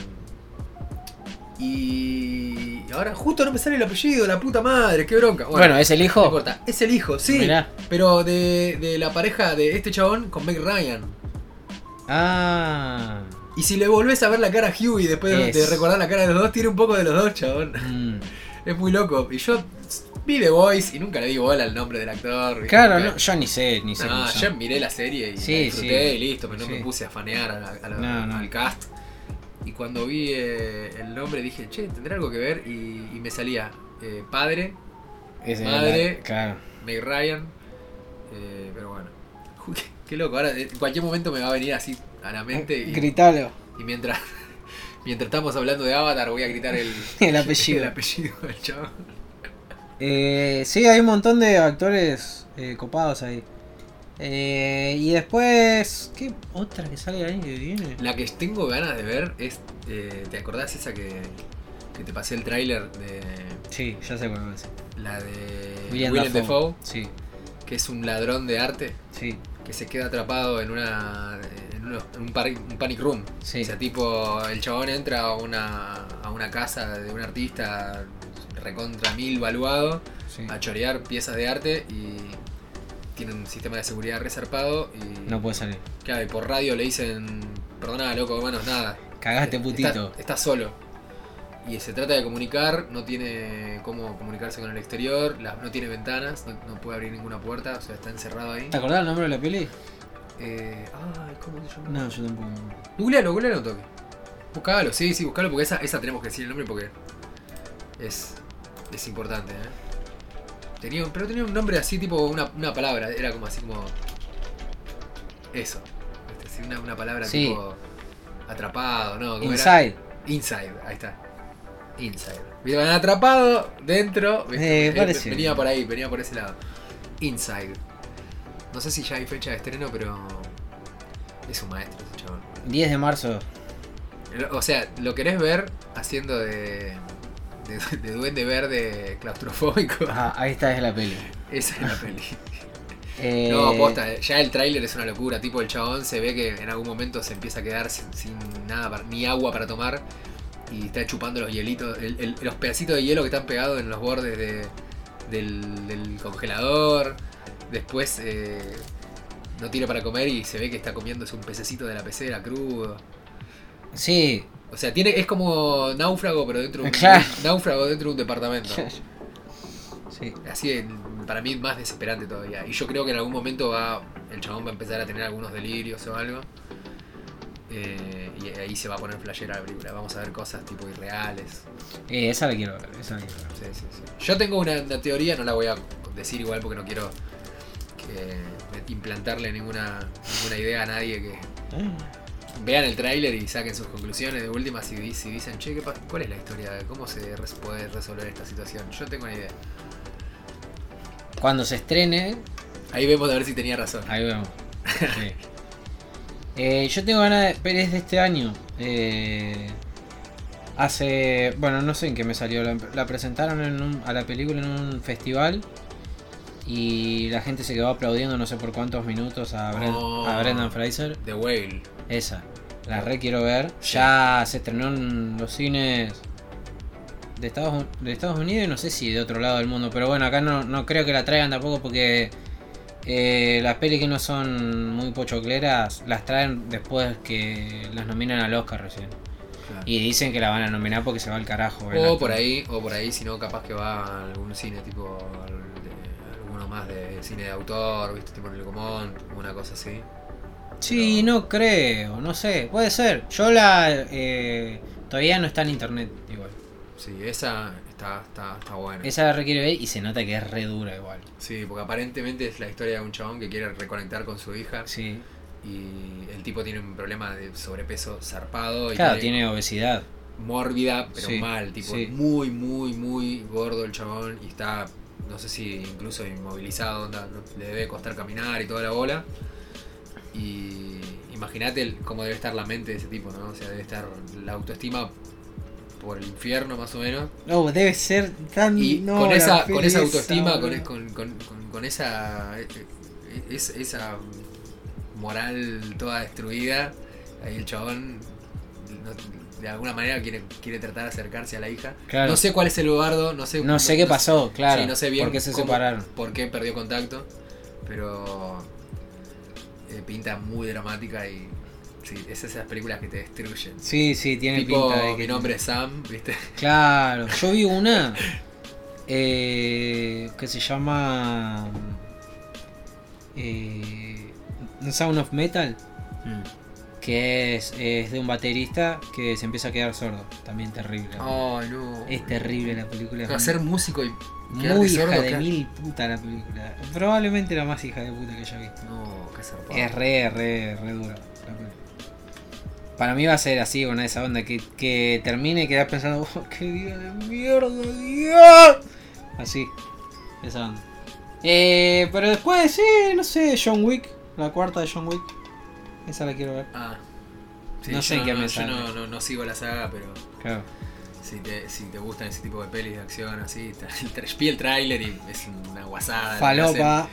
[SPEAKER 2] y ahora justo no me sale el apellido, la puta madre, qué bronca.
[SPEAKER 1] Bueno, ¿es el
[SPEAKER 2] no
[SPEAKER 1] hijo?
[SPEAKER 2] importa. Es el hijo, sí.
[SPEAKER 1] Mirá.
[SPEAKER 2] Pero de, de la pareja de este chabón con Meg Ryan.
[SPEAKER 1] Ah.
[SPEAKER 2] Y si le volvés a ver la cara a Huey después de-
[SPEAKER 1] Es.
[SPEAKER 2] de recordar la cara de los dos, tiene un poco de los dos, chabón. [LAUGHS]
[SPEAKER 1] Mm.
[SPEAKER 2] Es muy loco. Y yo vi The Voice y nunca le di bola al nombre del actor.
[SPEAKER 1] Claro,
[SPEAKER 2] Nunca-
[SPEAKER 1] no, yo ni sé, ni sé.
[SPEAKER 2] No,
[SPEAKER 1] cómo se
[SPEAKER 2] yo
[SPEAKER 1] llama.
[SPEAKER 2] miré la serie y
[SPEAKER 1] Sí,
[SPEAKER 2] la disfruté
[SPEAKER 1] sí.
[SPEAKER 2] y listo, pero no
[SPEAKER 1] Sí.
[SPEAKER 2] me puse a fanear a la- a la-
[SPEAKER 1] No, no.
[SPEAKER 2] al cast. Y cuando vi eh, el nombre dije, che, tendrá algo que ver. Y, y me salía eh, padre,
[SPEAKER 1] Es el-
[SPEAKER 2] Madre.
[SPEAKER 1] Claro.
[SPEAKER 2] Meg Ryan. eh, pero bueno. [LAUGHS] Uy, Qué, qué loco, ahora eh, en cualquier momento me va a venir así a la mente. Y,
[SPEAKER 1] Gritalo.
[SPEAKER 2] y mientras, [LAUGHS] mientras estamos hablando de Avatar, voy a gritar el,
[SPEAKER 1] [LAUGHS] El apellido.
[SPEAKER 2] el apellido del chabón.
[SPEAKER 1] Eh, sí, hay un montón de actores eh, copados ahí. Eh, y después. ¿Qué otra que sale el año que viene?
[SPEAKER 2] La que tengo ganas de ver es. eh, ¿Te acordás esa que, que te pasé el tráiler de.
[SPEAKER 1] Sí, ya sé cuál es.
[SPEAKER 2] La de.
[SPEAKER 1] William Dafoe.
[SPEAKER 2] Defoe,
[SPEAKER 1] Sí,
[SPEAKER 2] que es un ladrón de arte
[SPEAKER 1] sí,
[SPEAKER 2] que se queda atrapado en una. en, uno- en un, par- un panic room.
[SPEAKER 1] sí.
[SPEAKER 2] O sea, tipo, el chabón entra a una, a una casa de un artista recontra mil valuado
[SPEAKER 1] sí.
[SPEAKER 2] a chorear piezas de arte y tiene un sistema de seguridad resarpado y,
[SPEAKER 1] No puede salir.
[SPEAKER 2] claro, y por radio le dicen, perdona loco, hermanos, nada.
[SPEAKER 1] Cagaste, Ah, este putito.
[SPEAKER 2] Está, está solo. Y se trata de comunicar, no tiene cómo comunicarse con el exterior, la- no tiene ventanas, no, no puede abrir ninguna puerta, o sea, está encerrado ahí.
[SPEAKER 1] ¿Te acordás el nombre de la peli?
[SPEAKER 2] Eh, ay, ¿cómo se llama?
[SPEAKER 1] No, yo tampoco.
[SPEAKER 2] Googlealo, googlealo un toque. Buscalo, sí, sí, buscalo porque esa, esa tenemos que decir el nombre porque es, es importante, ¿eh? Tenía, un- pero tenía un nombre así, tipo una, una palabra, era como así como. Eso. ¿viste? Sí, una, una palabra
[SPEAKER 1] Sí.
[SPEAKER 2] tipo. Atrapado, ¿no? ¿Cómo era?
[SPEAKER 1] Inside.
[SPEAKER 2] Inside, ahí está. Inside. Viste, van atrapado, dentro. ¿viste?
[SPEAKER 1] Eh, parece.
[SPEAKER 2] venía por ahí, venía por ese lado. Inside. No sé si ya hay fecha de estreno, pero. Es un maestro ese chabón.
[SPEAKER 1] 10 de marzo.
[SPEAKER 2] O sea, lo querés ver haciendo de, de, de duende verde claustrofóbico.
[SPEAKER 1] Ajá, ahí está, es la peli.
[SPEAKER 2] Esa es la peli.
[SPEAKER 1] Eh,
[SPEAKER 2] No, posta, eh, ya el tráiler es una locura. Tipo, el chabón se ve que en algún momento se empieza a quedar sin, sin nada, para- ni agua para tomar. Y está chupando los hielitos, el- el- los pedacitos de hielo que están pegados en los bordes de- del, del congelador. Después eh, no tiene para comer y se ve que está comiéndose un pececito de la pecera crudo.
[SPEAKER 1] Sí.
[SPEAKER 2] O sea, tiene, es como náufrago, pero dentro de un,
[SPEAKER 1] Claro.
[SPEAKER 2] [LAUGHS] náufrago dentro de un departamento.
[SPEAKER 1] Sí.
[SPEAKER 2] Así de- para mí más desesperante todavía. Y yo creo que en algún momento va. El chabón va a empezar a tener algunos delirios o algo. Eh, y ahí se va a poner flashera la película. Vamos a ver cosas tipo irreales.
[SPEAKER 1] Eh, esa la quiero ver. Esa la quiero ver.
[SPEAKER 2] Sí, sí, sí. Yo tengo una, una teoría, no la voy a decir igual porque no quiero que- implantarle ninguna, ninguna idea a nadie que, vean el tráiler y saquen sus conclusiones de última si, di- si dicen, che, ¿qué pa- ¿cuál es la historia? ¿Cómo se res- puede resolver esta situación? Yo tengo una idea.
[SPEAKER 1] Cuando se estrene,
[SPEAKER 2] Ahí vemos a ver si tenía razón.
[SPEAKER 1] Ahí vemos. Sí. Eh, yo tengo ganas de. Pero es de este año. Eh, hace. Bueno, no sé en qué me salió. La, la presentaron en un- a la película en un festival. Y la gente se quedó aplaudiendo no sé por cuántos minutos a, Bren-
[SPEAKER 2] Oh.
[SPEAKER 1] a Brendan Fraser.
[SPEAKER 2] The Whale.
[SPEAKER 1] Esa. La re quiero ver. Ya se estrenó en los cines de Estados, Un- de Estados Unidos y no sé si de otro lado del mundo. Pero bueno, acá no, no creo que la traigan tampoco porque eh, las pelis que no son muy pochocleras las traen después que las nominan al Oscar recién.
[SPEAKER 2] Claro.
[SPEAKER 1] Y dicen que la van a nominar porque se va al carajo. el
[SPEAKER 2] O
[SPEAKER 1] actor.
[SPEAKER 2] Oh, por ahí, o por ahí, si no, capaz que va a algún cine tipo al- de- alguno más de cine de autor, viste, tipo en el Comón, una cosa así.
[SPEAKER 1] Sí, no creo, no sé, puede ser. Yo la... eh, todavía no está en internet igual.
[SPEAKER 2] Sí, esa está, está, está buena.
[SPEAKER 1] Esa requiere ver y se nota que es re dura igual.
[SPEAKER 2] Sí, porque aparentemente es la historia de un chabón que quiere reconectar con su hija
[SPEAKER 1] Sí.
[SPEAKER 2] y el tipo tiene un problema de sobrepeso zarpado y
[SPEAKER 1] Claro, tiene obesidad.
[SPEAKER 2] mórbida, pero
[SPEAKER 1] Sí,
[SPEAKER 2] mal, tipo
[SPEAKER 1] sí.
[SPEAKER 2] muy, muy, muy gordo el chabón y está, no sé si incluso inmovilizado, onda, no- le debe costar caminar y toda la bola. Y imagínate el- cómo debe estar la mente de ese tipo, ¿no? O sea, debe estar la autoestima por el infierno más o menos.
[SPEAKER 1] No, debe ser tan...
[SPEAKER 2] Y
[SPEAKER 1] Mm, no,
[SPEAKER 2] con,
[SPEAKER 1] la
[SPEAKER 2] esa, con
[SPEAKER 1] pereza,
[SPEAKER 2] esa autoestima, con,
[SPEAKER 1] boludo.
[SPEAKER 2] con- con- con- con esa, eh, eh, es- esa moral toda destruida, ahí el chabón no- de alguna manera quiere, quiere tratar de acercarse a la hija.
[SPEAKER 1] Claro.
[SPEAKER 2] No sé cuál es el bardo, no sé,
[SPEAKER 1] No sé qué pasó, claro.
[SPEAKER 2] sí, no sé bien
[SPEAKER 1] por qué se
[SPEAKER 2] cómo-
[SPEAKER 1] separaron.
[SPEAKER 2] por qué perdió contacto, pero eh, pinta muy dramática y sí, es esas películas que te destruyen.
[SPEAKER 1] Sí, sí, tiene
[SPEAKER 2] tipo,
[SPEAKER 1] pinta de que...
[SPEAKER 2] mi nombre es Sam, ¿viste?
[SPEAKER 1] Claro, yo vi una
[SPEAKER 2] [LAUGHS]
[SPEAKER 1] eh, que se llama... Eh, Sound of Metal. Mm. que es, es de un baterista que se empieza a quedar sordo. También terrible.
[SPEAKER 2] Ay, no.
[SPEAKER 1] Es terrible la película.
[SPEAKER 2] Oh. Va a
[SPEAKER 1] es
[SPEAKER 2] ser músico y quedarte
[SPEAKER 1] muy hija
[SPEAKER 2] sordo,
[SPEAKER 1] de
[SPEAKER 2] claro.
[SPEAKER 1] mil puta la película. Probablemente la más hija de puta que yo he visto.
[SPEAKER 2] No, qué zarpado.
[SPEAKER 1] Es re, re, re dura. la película. Para mí va a ser así, una de esa onda que, que termine y quedas pensando, "Oh, qué día de mierda, Dios. Así, esa onda. Eh, pero después, sí, no sé, John Wick, la cuarta de John Wick. Esa la quiero ver.
[SPEAKER 2] Ah.
[SPEAKER 1] No sé
[SPEAKER 2] yo
[SPEAKER 1] qué
[SPEAKER 2] no,
[SPEAKER 1] me
[SPEAKER 2] yo
[SPEAKER 1] sale.
[SPEAKER 2] no, no, no sigo la saga, pero
[SPEAKER 1] Claro.
[SPEAKER 2] si te, si te gustan ese tipo de pelis de acción así, [LAUGHS] está- el tra- vi el tráiler y es una guasada. lo que hacen.
[SPEAKER 1] Falopa.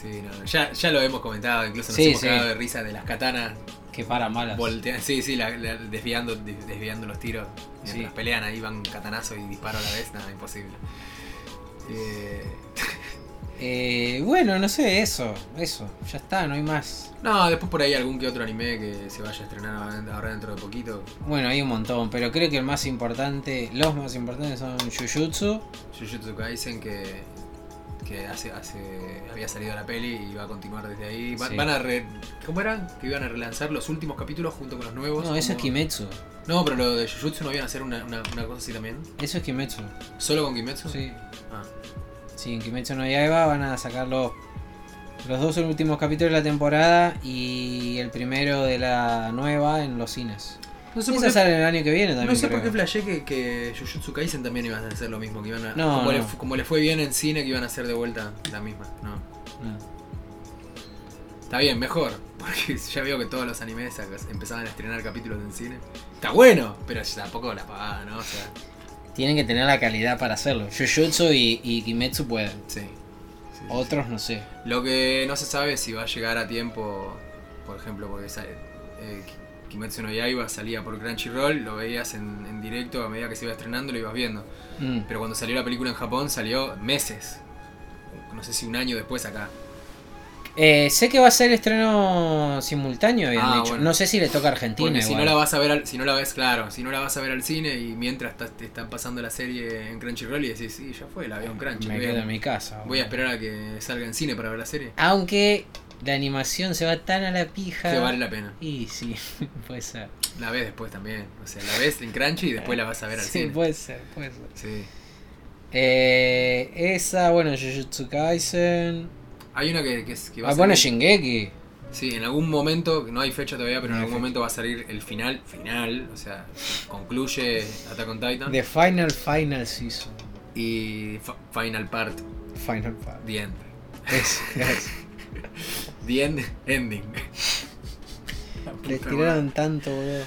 [SPEAKER 2] Sí, no, ya, ya lo hemos comentado, incluso nos
[SPEAKER 1] Sí,
[SPEAKER 2] hemos
[SPEAKER 1] sí.
[SPEAKER 2] cagado de risa de las katanas
[SPEAKER 1] Que para malas.
[SPEAKER 2] voltean, sí, sí, la- la- desviando, de- desviando los tiros. Mientras
[SPEAKER 1] Sí.
[SPEAKER 2] pelean ahí van catanazo y disparo a la vez, nada, imposible. Eh, [LAUGHS]
[SPEAKER 1] Eh, bueno, no sé, eso, eso, ya está, no hay más.
[SPEAKER 2] no, después por ahí algún que otro anime que se vaya a estrenar ahora dentro de poquito.
[SPEAKER 1] Bueno, hay un montón, pero creo que el más importante, los más importantes son Jujutsu.
[SPEAKER 2] Jujutsu Kaisen que, que hace, hace, había salido la peli y va a continuar desde ahí. Va-
[SPEAKER 1] Sí.
[SPEAKER 2] Van a re- ¿Cómo eran? Que iban a relanzar los últimos capítulos junto con los nuevos.
[SPEAKER 1] No, eso es
[SPEAKER 2] como-
[SPEAKER 1] Kimetsu.
[SPEAKER 2] No, pero lo de Jujutsu no iban a hacer una, una, una cosa así también.
[SPEAKER 1] Eso es Kimetsu.
[SPEAKER 2] ¿Solo con Kimetsu?
[SPEAKER 1] Sí,
[SPEAKER 2] Ah,
[SPEAKER 1] sí en Kimetsu no Yaiba van a sacar los, los dos últimos capítulos de la temporada y el primero de la nueva en los cines.
[SPEAKER 2] No sé por
[SPEAKER 1] Esa
[SPEAKER 2] qué,
[SPEAKER 1] sale el año que viene también.
[SPEAKER 2] no sé por qué
[SPEAKER 1] creo.
[SPEAKER 2] flashé que, que Jujutsu Kaisen también iban a hacer lo mismo. Que iban a,
[SPEAKER 1] No,
[SPEAKER 2] como,
[SPEAKER 1] no.
[SPEAKER 2] Le, fu- como le fue bien en cine, que iban a hacer de vuelta la misma. No.
[SPEAKER 1] No.
[SPEAKER 2] Está bien, mejor. [LAUGHS] Porque ya veo que todos los animes ac- empezaban a estrenar capítulos en cine. Está bueno, pero tampoco la pagada, ¿no? O sea,
[SPEAKER 1] Tienen que tener la calidad para hacerlo. Jujutsu y, y Kimetsu pueden.
[SPEAKER 2] sí. Sí, sí,
[SPEAKER 1] Otros no sé.
[SPEAKER 2] Lo que no se sabe es si va a llegar a tiempo, por ejemplo, porque sa- eh, Kimetsu no Yaiba salía por Crunchyroll, lo veías en, en directo a medida que se iba estrenando, lo ibas viendo.
[SPEAKER 1] Mm.
[SPEAKER 2] Pero cuando salió la película en Japón salió meses, no sé si un año después acá.
[SPEAKER 1] Eh, sé que va a ser estreno simultáneo, habían
[SPEAKER 2] Ah,
[SPEAKER 1] dicho.
[SPEAKER 2] bueno.
[SPEAKER 1] No sé si le toca a Argentina.
[SPEAKER 2] Porque si no
[SPEAKER 1] igual.
[SPEAKER 2] la vas a ver, al, si no la ves, claro, si no la vas a ver al cine y mientras estás- te están pasando la serie en Crunchyroll y decís, sí, ya fue, la veo en
[SPEAKER 1] Ah, Me
[SPEAKER 2] Crunchyroll.
[SPEAKER 1] quedo en
[SPEAKER 2] Voy,
[SPEAKER 1] mi casa.
[SPEAKER 2] a- voy a esperar a que salga en cine para ver la serie.
[SPEAKER 1] Aunque la animación se va tan a la pija.
[SPEAKER 2] Que vale la pena.
[SPEAKER 1] Y sí, [LAUGHS] puede ser.
[SPEAKER 2] La ves después también. O sea, la ves en Crunchy y después la vas a ver al
[SPEAKER 1] sí,
[SPEAKER 2] cine.
[SPEAKER 1] puede ser, puede ser.
[SPEAKER 2] Sí.
[SPEAKER 1] Eh, esa, bueno, Jujutsu Kaisen.
[SPEAKER 2] Hay una que, que, es- que va
[SPEAKER 1] Ah,
[SPEAKER 2] a
[SPEAKER 1] bueno,
[SPEAKER 2] salir.
[SPEAKER 1] Shingeki.
[SPEAKER 2] Sí, en algún momento, no hay fecha todavía, pero
[SPEAKER 1] No
[SPEAKER 2] en
[SPEAKER 1] hay
[SPEAKER 2] algún
[SPEAKER 1] fecha.
[SPEAKER 2] momento va a salir el final, final, o sea, concluye Attack on Titan
[SPEAKER 1] The Final Final Season.
[SPEAKER 2] y fa- Final Part,
[SPEAKER 1] Final
[SPEAKER 2] [LAUGHS]
[SPEAKER 1] Part.
[SPEAKER 2] The End.
[SPEAKER 1] Eso, gracias.
[SPEAKER 2] The End [LAUGHS]
[SPEAKER 1] [LAUGHS]
[SPEAKER 2] Ending. La puta
[SPEAKER 1] Le
[SPEAKER 2] madre.
[SPEAKER 1] tiraron tanto, boludo.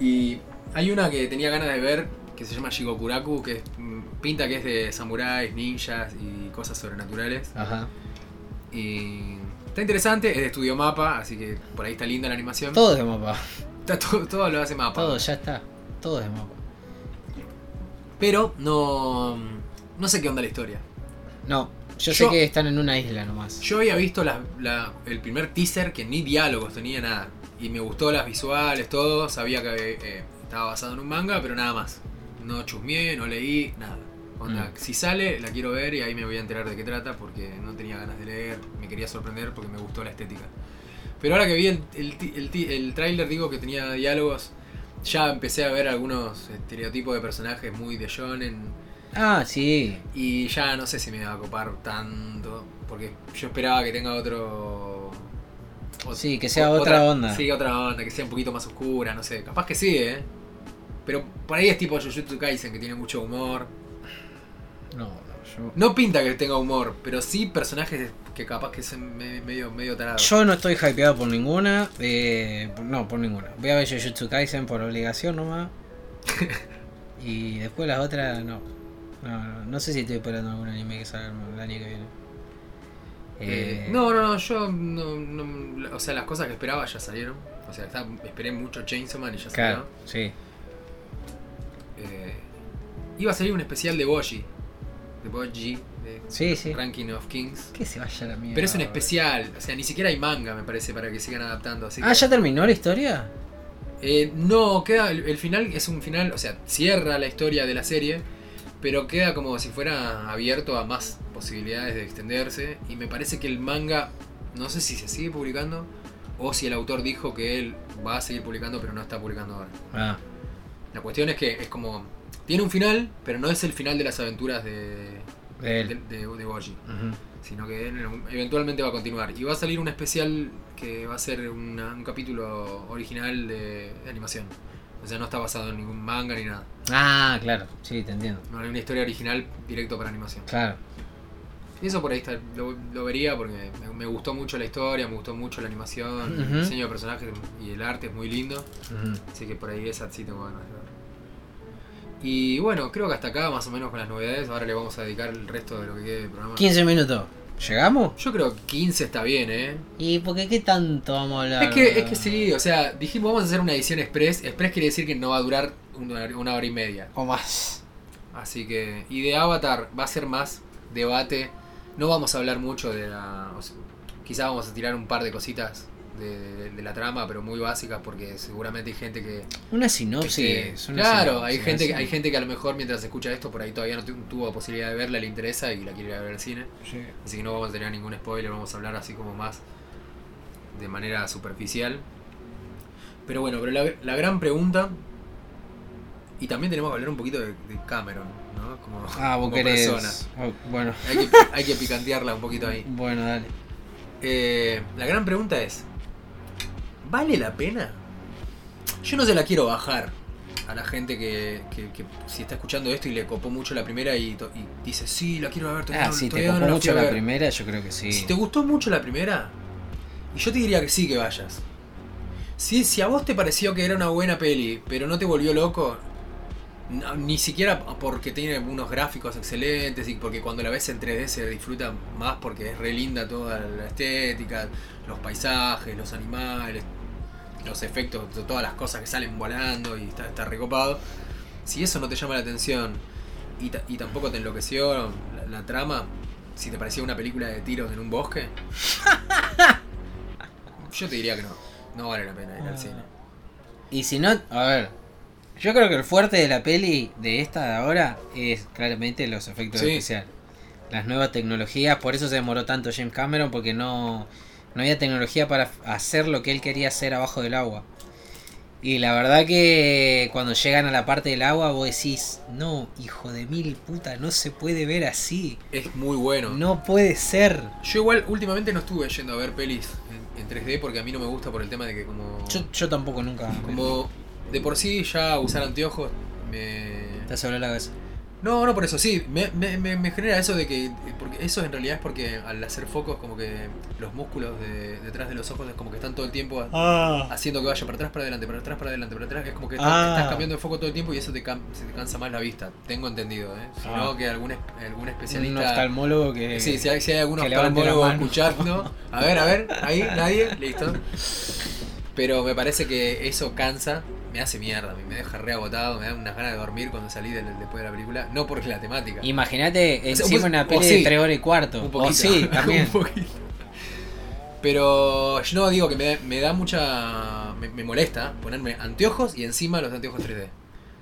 [SPEAKER 2] Y hay una que tenía ganas de ver que se llama Shigokuraku, que es- mm, pinta que es de samuráis, ninjas y cosas sobrenaturales.
[SPEAKER 1] Ajá.
[SPEAKER 2] Y Está interesante, es de estudio mapa, así que por ahí está linda la animación.
[SPEAKER 1] Todo es de mapa.
[SPEAKER 2] Está todo, todo lo hace mapa.
[SPEAKER 1] Todo, ya está. Todo es de mapa.
[SPEAKER 2] Pero no. No sé qué onda la historia.
[SPEAKER 1] No, yo,
[SPEAKER 2] Yo-
[SPEAKER 1] sé que están en una isla nomás.
[SPEAKER 2] Yo había visto la- la- el primer teaser que ni diálogos tenía nada. Y me gustó las visuales, todo. Sabía que eh, estaba basado en un manga, pero nada más. No chusmeé, no leí, nada. Onda,
[SPEAKER 1] Mm.
[SPEAKER 2] Si sale, la quiero ver y ahí me voy a enterar de qué trata porque no tenía ganas de leer. Me quería sorprender porque me gustó la estética. Pero ahora que vi el, el, ti- el, ti- el tráiler, digo que tenía diálogos. Ya empecé a ver algunos estereotipos de personajes muy de shonen,
[SPEAKER 1] Ah, sí.
[SPEAKER 2] y ya no sé si me va a copar tanto. Porque yo esperaba que tenga otro. ot-
[SPEAKER 1] Sí, que sea otra onda.
[SPEAKER 2] Sí, otra onda, que sea un poquito más oscura, no sé. Capaz que sí, ¿eh? Pero por ahí es tipo Jujutsu Kaisen, que tiene mucho humor.
[SPEAKER 1] No, no, yo.
[SPEAKER 2] No pinta que tenga humor, pero sí personajes que capaz que son me- medio, medio tarados.
[SPEAKER 1] Yo no estoy hypeado por ninguna. eh, por- no, por ninguna. Voy a ver Jujutsu Kaisen por obligación
[SPEAKER 2] [LAUGHS]
[SPEAKER 1] nomás. y después las otras, no. No, no, no sé si estoy esperando algún anime que salga el año que viene.
[SPEAKER 2] Eh,
[SPEAKER 1] Eh,
[SPEAKER 2] no, no, no, yo no, no- O sea, las cosas que esperaba ya salieron. O sea, está- esperé mucho Chainsaw Man y ya
[SPEAKER 1] Claro, sí.
[SPEAKER 2] salieron. Eh, iba a salir un especial de Boji. De Boji. de-
[SPEAKER 1] Sí, sí.
[SPEAKER 2] Ranking of Kings.
[SPEAKER 1] Que se vaya la mierda.
[SPEAKER 2] Pero es un
[SPEAKER 1] boludo.
[SPEAKER 2] especial, o sea, ni siquiera hay manga, me parece, para que sigan adaptando. Así
[SPEAKER 1] Ah,
[SPEAKER 2] que-
[SPEAKER 1] ¿ya terminó la historia?
[SPEAKER 2] Eh, no, queda. El, el final es un final, o sea, cierra la historia de la serie, pero queda como si fuera abierto a más posibilidades de extenderse. Y me parece que el manga, no sé si se sigue publicando o si el autor dijo que él va a seguir publicando, pero no está publicando ahora.
[SPEAKER 1] Ah,
[SPEAKER 2] La cuestión es que es como. Tiene un final, pero no es el final de las aventuras de.
[SPEAKER 1] de
[SPEAKER 2] de,
[SPEAKER 1] él.
[SPEAKER 2] de- de Goji.
[SPEAKER 1] Ujú.
[SPEAKER 2] sino que en algún- eventualmente va a continuar. Y va a salir un especial que va a ser una- un capítulo original de, de animación. O sea, no está basado en ningún manga ni nada.
[SPEAKER 1] Ah, claro, sí, te entiendo.
[SPEAKER 2] No hay una historia original directo para animación.
[SPEAKER 1] Claro.
[SPEAKER 2] Y eso por ahí está, lo, lo vería porque me, me gustó mucho la historia, me gustó mucho la animación,
[SPEAKER 1] Ujú.
[SPEAKER 2] el diseño de personajes y el arte es muy lindo.
[SPEAKER 1] Ujú.
[SPEAKER 2] Así que por ahí esa sí tengo ganas de ver. Y bueno, creo que hasta acá más o menos con las novedades. Ahora le vamos a dedicar el resto de lo que quede del programa.
[SPEAKER 1] 15 minutos. ¿Llegamos?
[SPEAKER 2] Yo creo que 15 está bien, ¿eh?
[SPEAKER 1] ¿Y por qué qué tanto vamos a hablar?
[SPEAKER 2] Es que, es que sí, o sea, dijimos vamos a hacer una edición express. Express quiere decir que no va a durar una, hora- una hora y media.
[SPEAKER 1] O más.
[SPEAKER 2] Así que, y de Avatar va a ser más debate. No vamos a hablar mucho de la... o sea, quizá vamos a tirar un par de cositas de, de- de la trama, pero muy básicas porque seguramente hay gente que...
[SPEAKER 1] Una
[SPEAKER 2] que
[SPEAKER 1] sinopsis.
[SPEAKER 2] esté-
[SPEAKER 1] una
[SPEAKER 2] claro,
[SPEAKER 1] sinopsis,
[SPEAKER 2] hay gente, que-
[SPEAKER 1] una
[SPEAKER 2] hay gente que a lo mejor mientras escucha esto por ahí todavía no tu- tuvo posibilidad de verla, le interesa y la quiere ir a ver al cine.
[SPEAKER 1] sinopsis.
[SPEAKER 2] Así que no vamos a tener ningún spoiler, vamos a hablar así como más de manera superficial. Pero bueno, pero la, la gran pregunta. Y también tenemos que hablar un poquito de, de Cameron, ¿no? Como,
[SPEAKER 1] Ah, vos
[SPEAKER 2] como
[SPEAKER 1] querés.
[SPEAKER 2] persona.
[SPEAKER 1] Oh, bueno,
[SPEAKER 2] Hay que, hay que picantearla un poquito ahí.
[SPEAKER 1] bueno, dale.
[SPEAKER 2] Eh, la gran pregunta es: ¿vale la pena? Yo no se la quiero bajar a la gente que, que- que si está escuchando esto y le copó mucho la primera y, to- y dice: Sí, la quiero ver, todavía
[SPEAKER 1] Ah,
[SPEAKER 2] no-
[SPEAKER 1] si te
[SPEAKER 2] todavía no
[SPEAKER 1] copó
[SPEAKER 2] la
[SPEAKER 1] mucho
[SPEAKER 2] fui a
[SPEAKER 1] la
[SPEAKER 2] ver".
[SPEAKER 1] primera, yo creo que sí.
[SPEAKER 2] Si te gustó mucho la primera, y yo te diría que sí que vayas. Si, si a vos te pareció que era una buena peli, pero no te volvió loco, no- ni siquiera porque tiene unos gráficos excelentes y porque cuando la ves en 3D se disfruta más porque es re linda toda la estética, los paisajes, los animales, los efectos, to- todas las cosas que salen volando y está, está recopado. Si eso no te llama la atención y, ta- y tampoco te enloqueció la, la trama, si te parecía una película de tiros en un bosque, [LAUGHS] yo te diría que no. No vale la pena ir
[SPEAKER 1] Ah.
[SPEAKER 2] al cine.
[SPEAKER 1] Y si no, a ver. Yo creo que el fuerte de la peli de esta de ahora es claramente los efectos
[SPEAKER 2] Sí.
[SPEAKER 1] especiales. Las nuevas tecnologías, por eso se demoró tanto James Cameron, porque no, no había tecnología para hacer lo que él quería hacer abajo del agua. Y la verdad que cuando llegan a la parte del agua vos decís, no, hijo de mil puta, no se puede ver así.
[SPEAKER 2] Es muy bueno.
[SPEAKER 1] No puede ser.
[SPEAKER 2] Yo igual últimamente no estuve yendo a ver pelis en, en 3D porque a mí no me gusta por el tema de que como...
[SPEAKER 1] Yo, yo tampoco nunca...
[SPEAKER 2] como de por sí ya usar anteojos me...
[SPEAKER 1] Te hace volar la cabeza.
[SPEAKER 2] No, no por eso, sí, me, me- me- me genera eso de que. Porque eso en realidad es porque al hacer focos, como que los músculos de- detrás de los ojos es como que están todo el tiempo ha-
[SPEAKER 1] Ah.
[SPEAKER 2] haciendo que vaya para atrás, para adelante, para atrás, para adelante, para atrás. Es como que estás,
[SPEAKER 1] Ah.
[SPEAKER 2] estás cambiando de foco todo el tiempo y eso te, cam- se te cansa más la vista. Tengo entendido, ¿eh? Si
[SPEAKER 1] Ah.
[SPEAKER 2] no, que algún, es- algún
[SPEAKER 1] Un
[SPEAKER 2] especialista.
[SPEAKER 1] oftalmólogo que.
[SPEAKER 2] Sí, si hay, si hay algún
[SPEAKER 1] Eh, que levante la
[SPEAKER 2] oftalmólogo
[SPEAKER 1] mano.
[SPEAKER 2] escuchando. A ver, a ver, ahí,
[SPEAKER 1] [LAUGHS]
[SPEAKER 2] nadie, listo. Pero me parece que eso cansa, me hace mierda, me deja reagotado, me da unas ganas de dormir cuando salí del- después de la película. No por la temática.
[SPEAKER 1] Imagínate
[SPEAKER 2] O sea,
[SPEAKER 1] encima
[SPEAKER 2] pues-
[SPEAKER 1] una
[SPEAKER 2] o
[SPEAKER 1] peli
[SPEAKER 2] sí.
[SPEAKER 1] de 3 horas y cuarto.
[SPEAKER 2] Un
[SPEAKER 1] O
[SPEAKER 2] poquito.
[SPEAKER 1] Oh,
[SPEAKER 2] [LAUGHS]
[SPEAKER 1] sí, [LAUGHS] también.
[SPEAKER 2] Un poquito. Pero yo no digo que me, me da mucha. Me, me molesta ponerme anteojos y encima los anteojos 3D.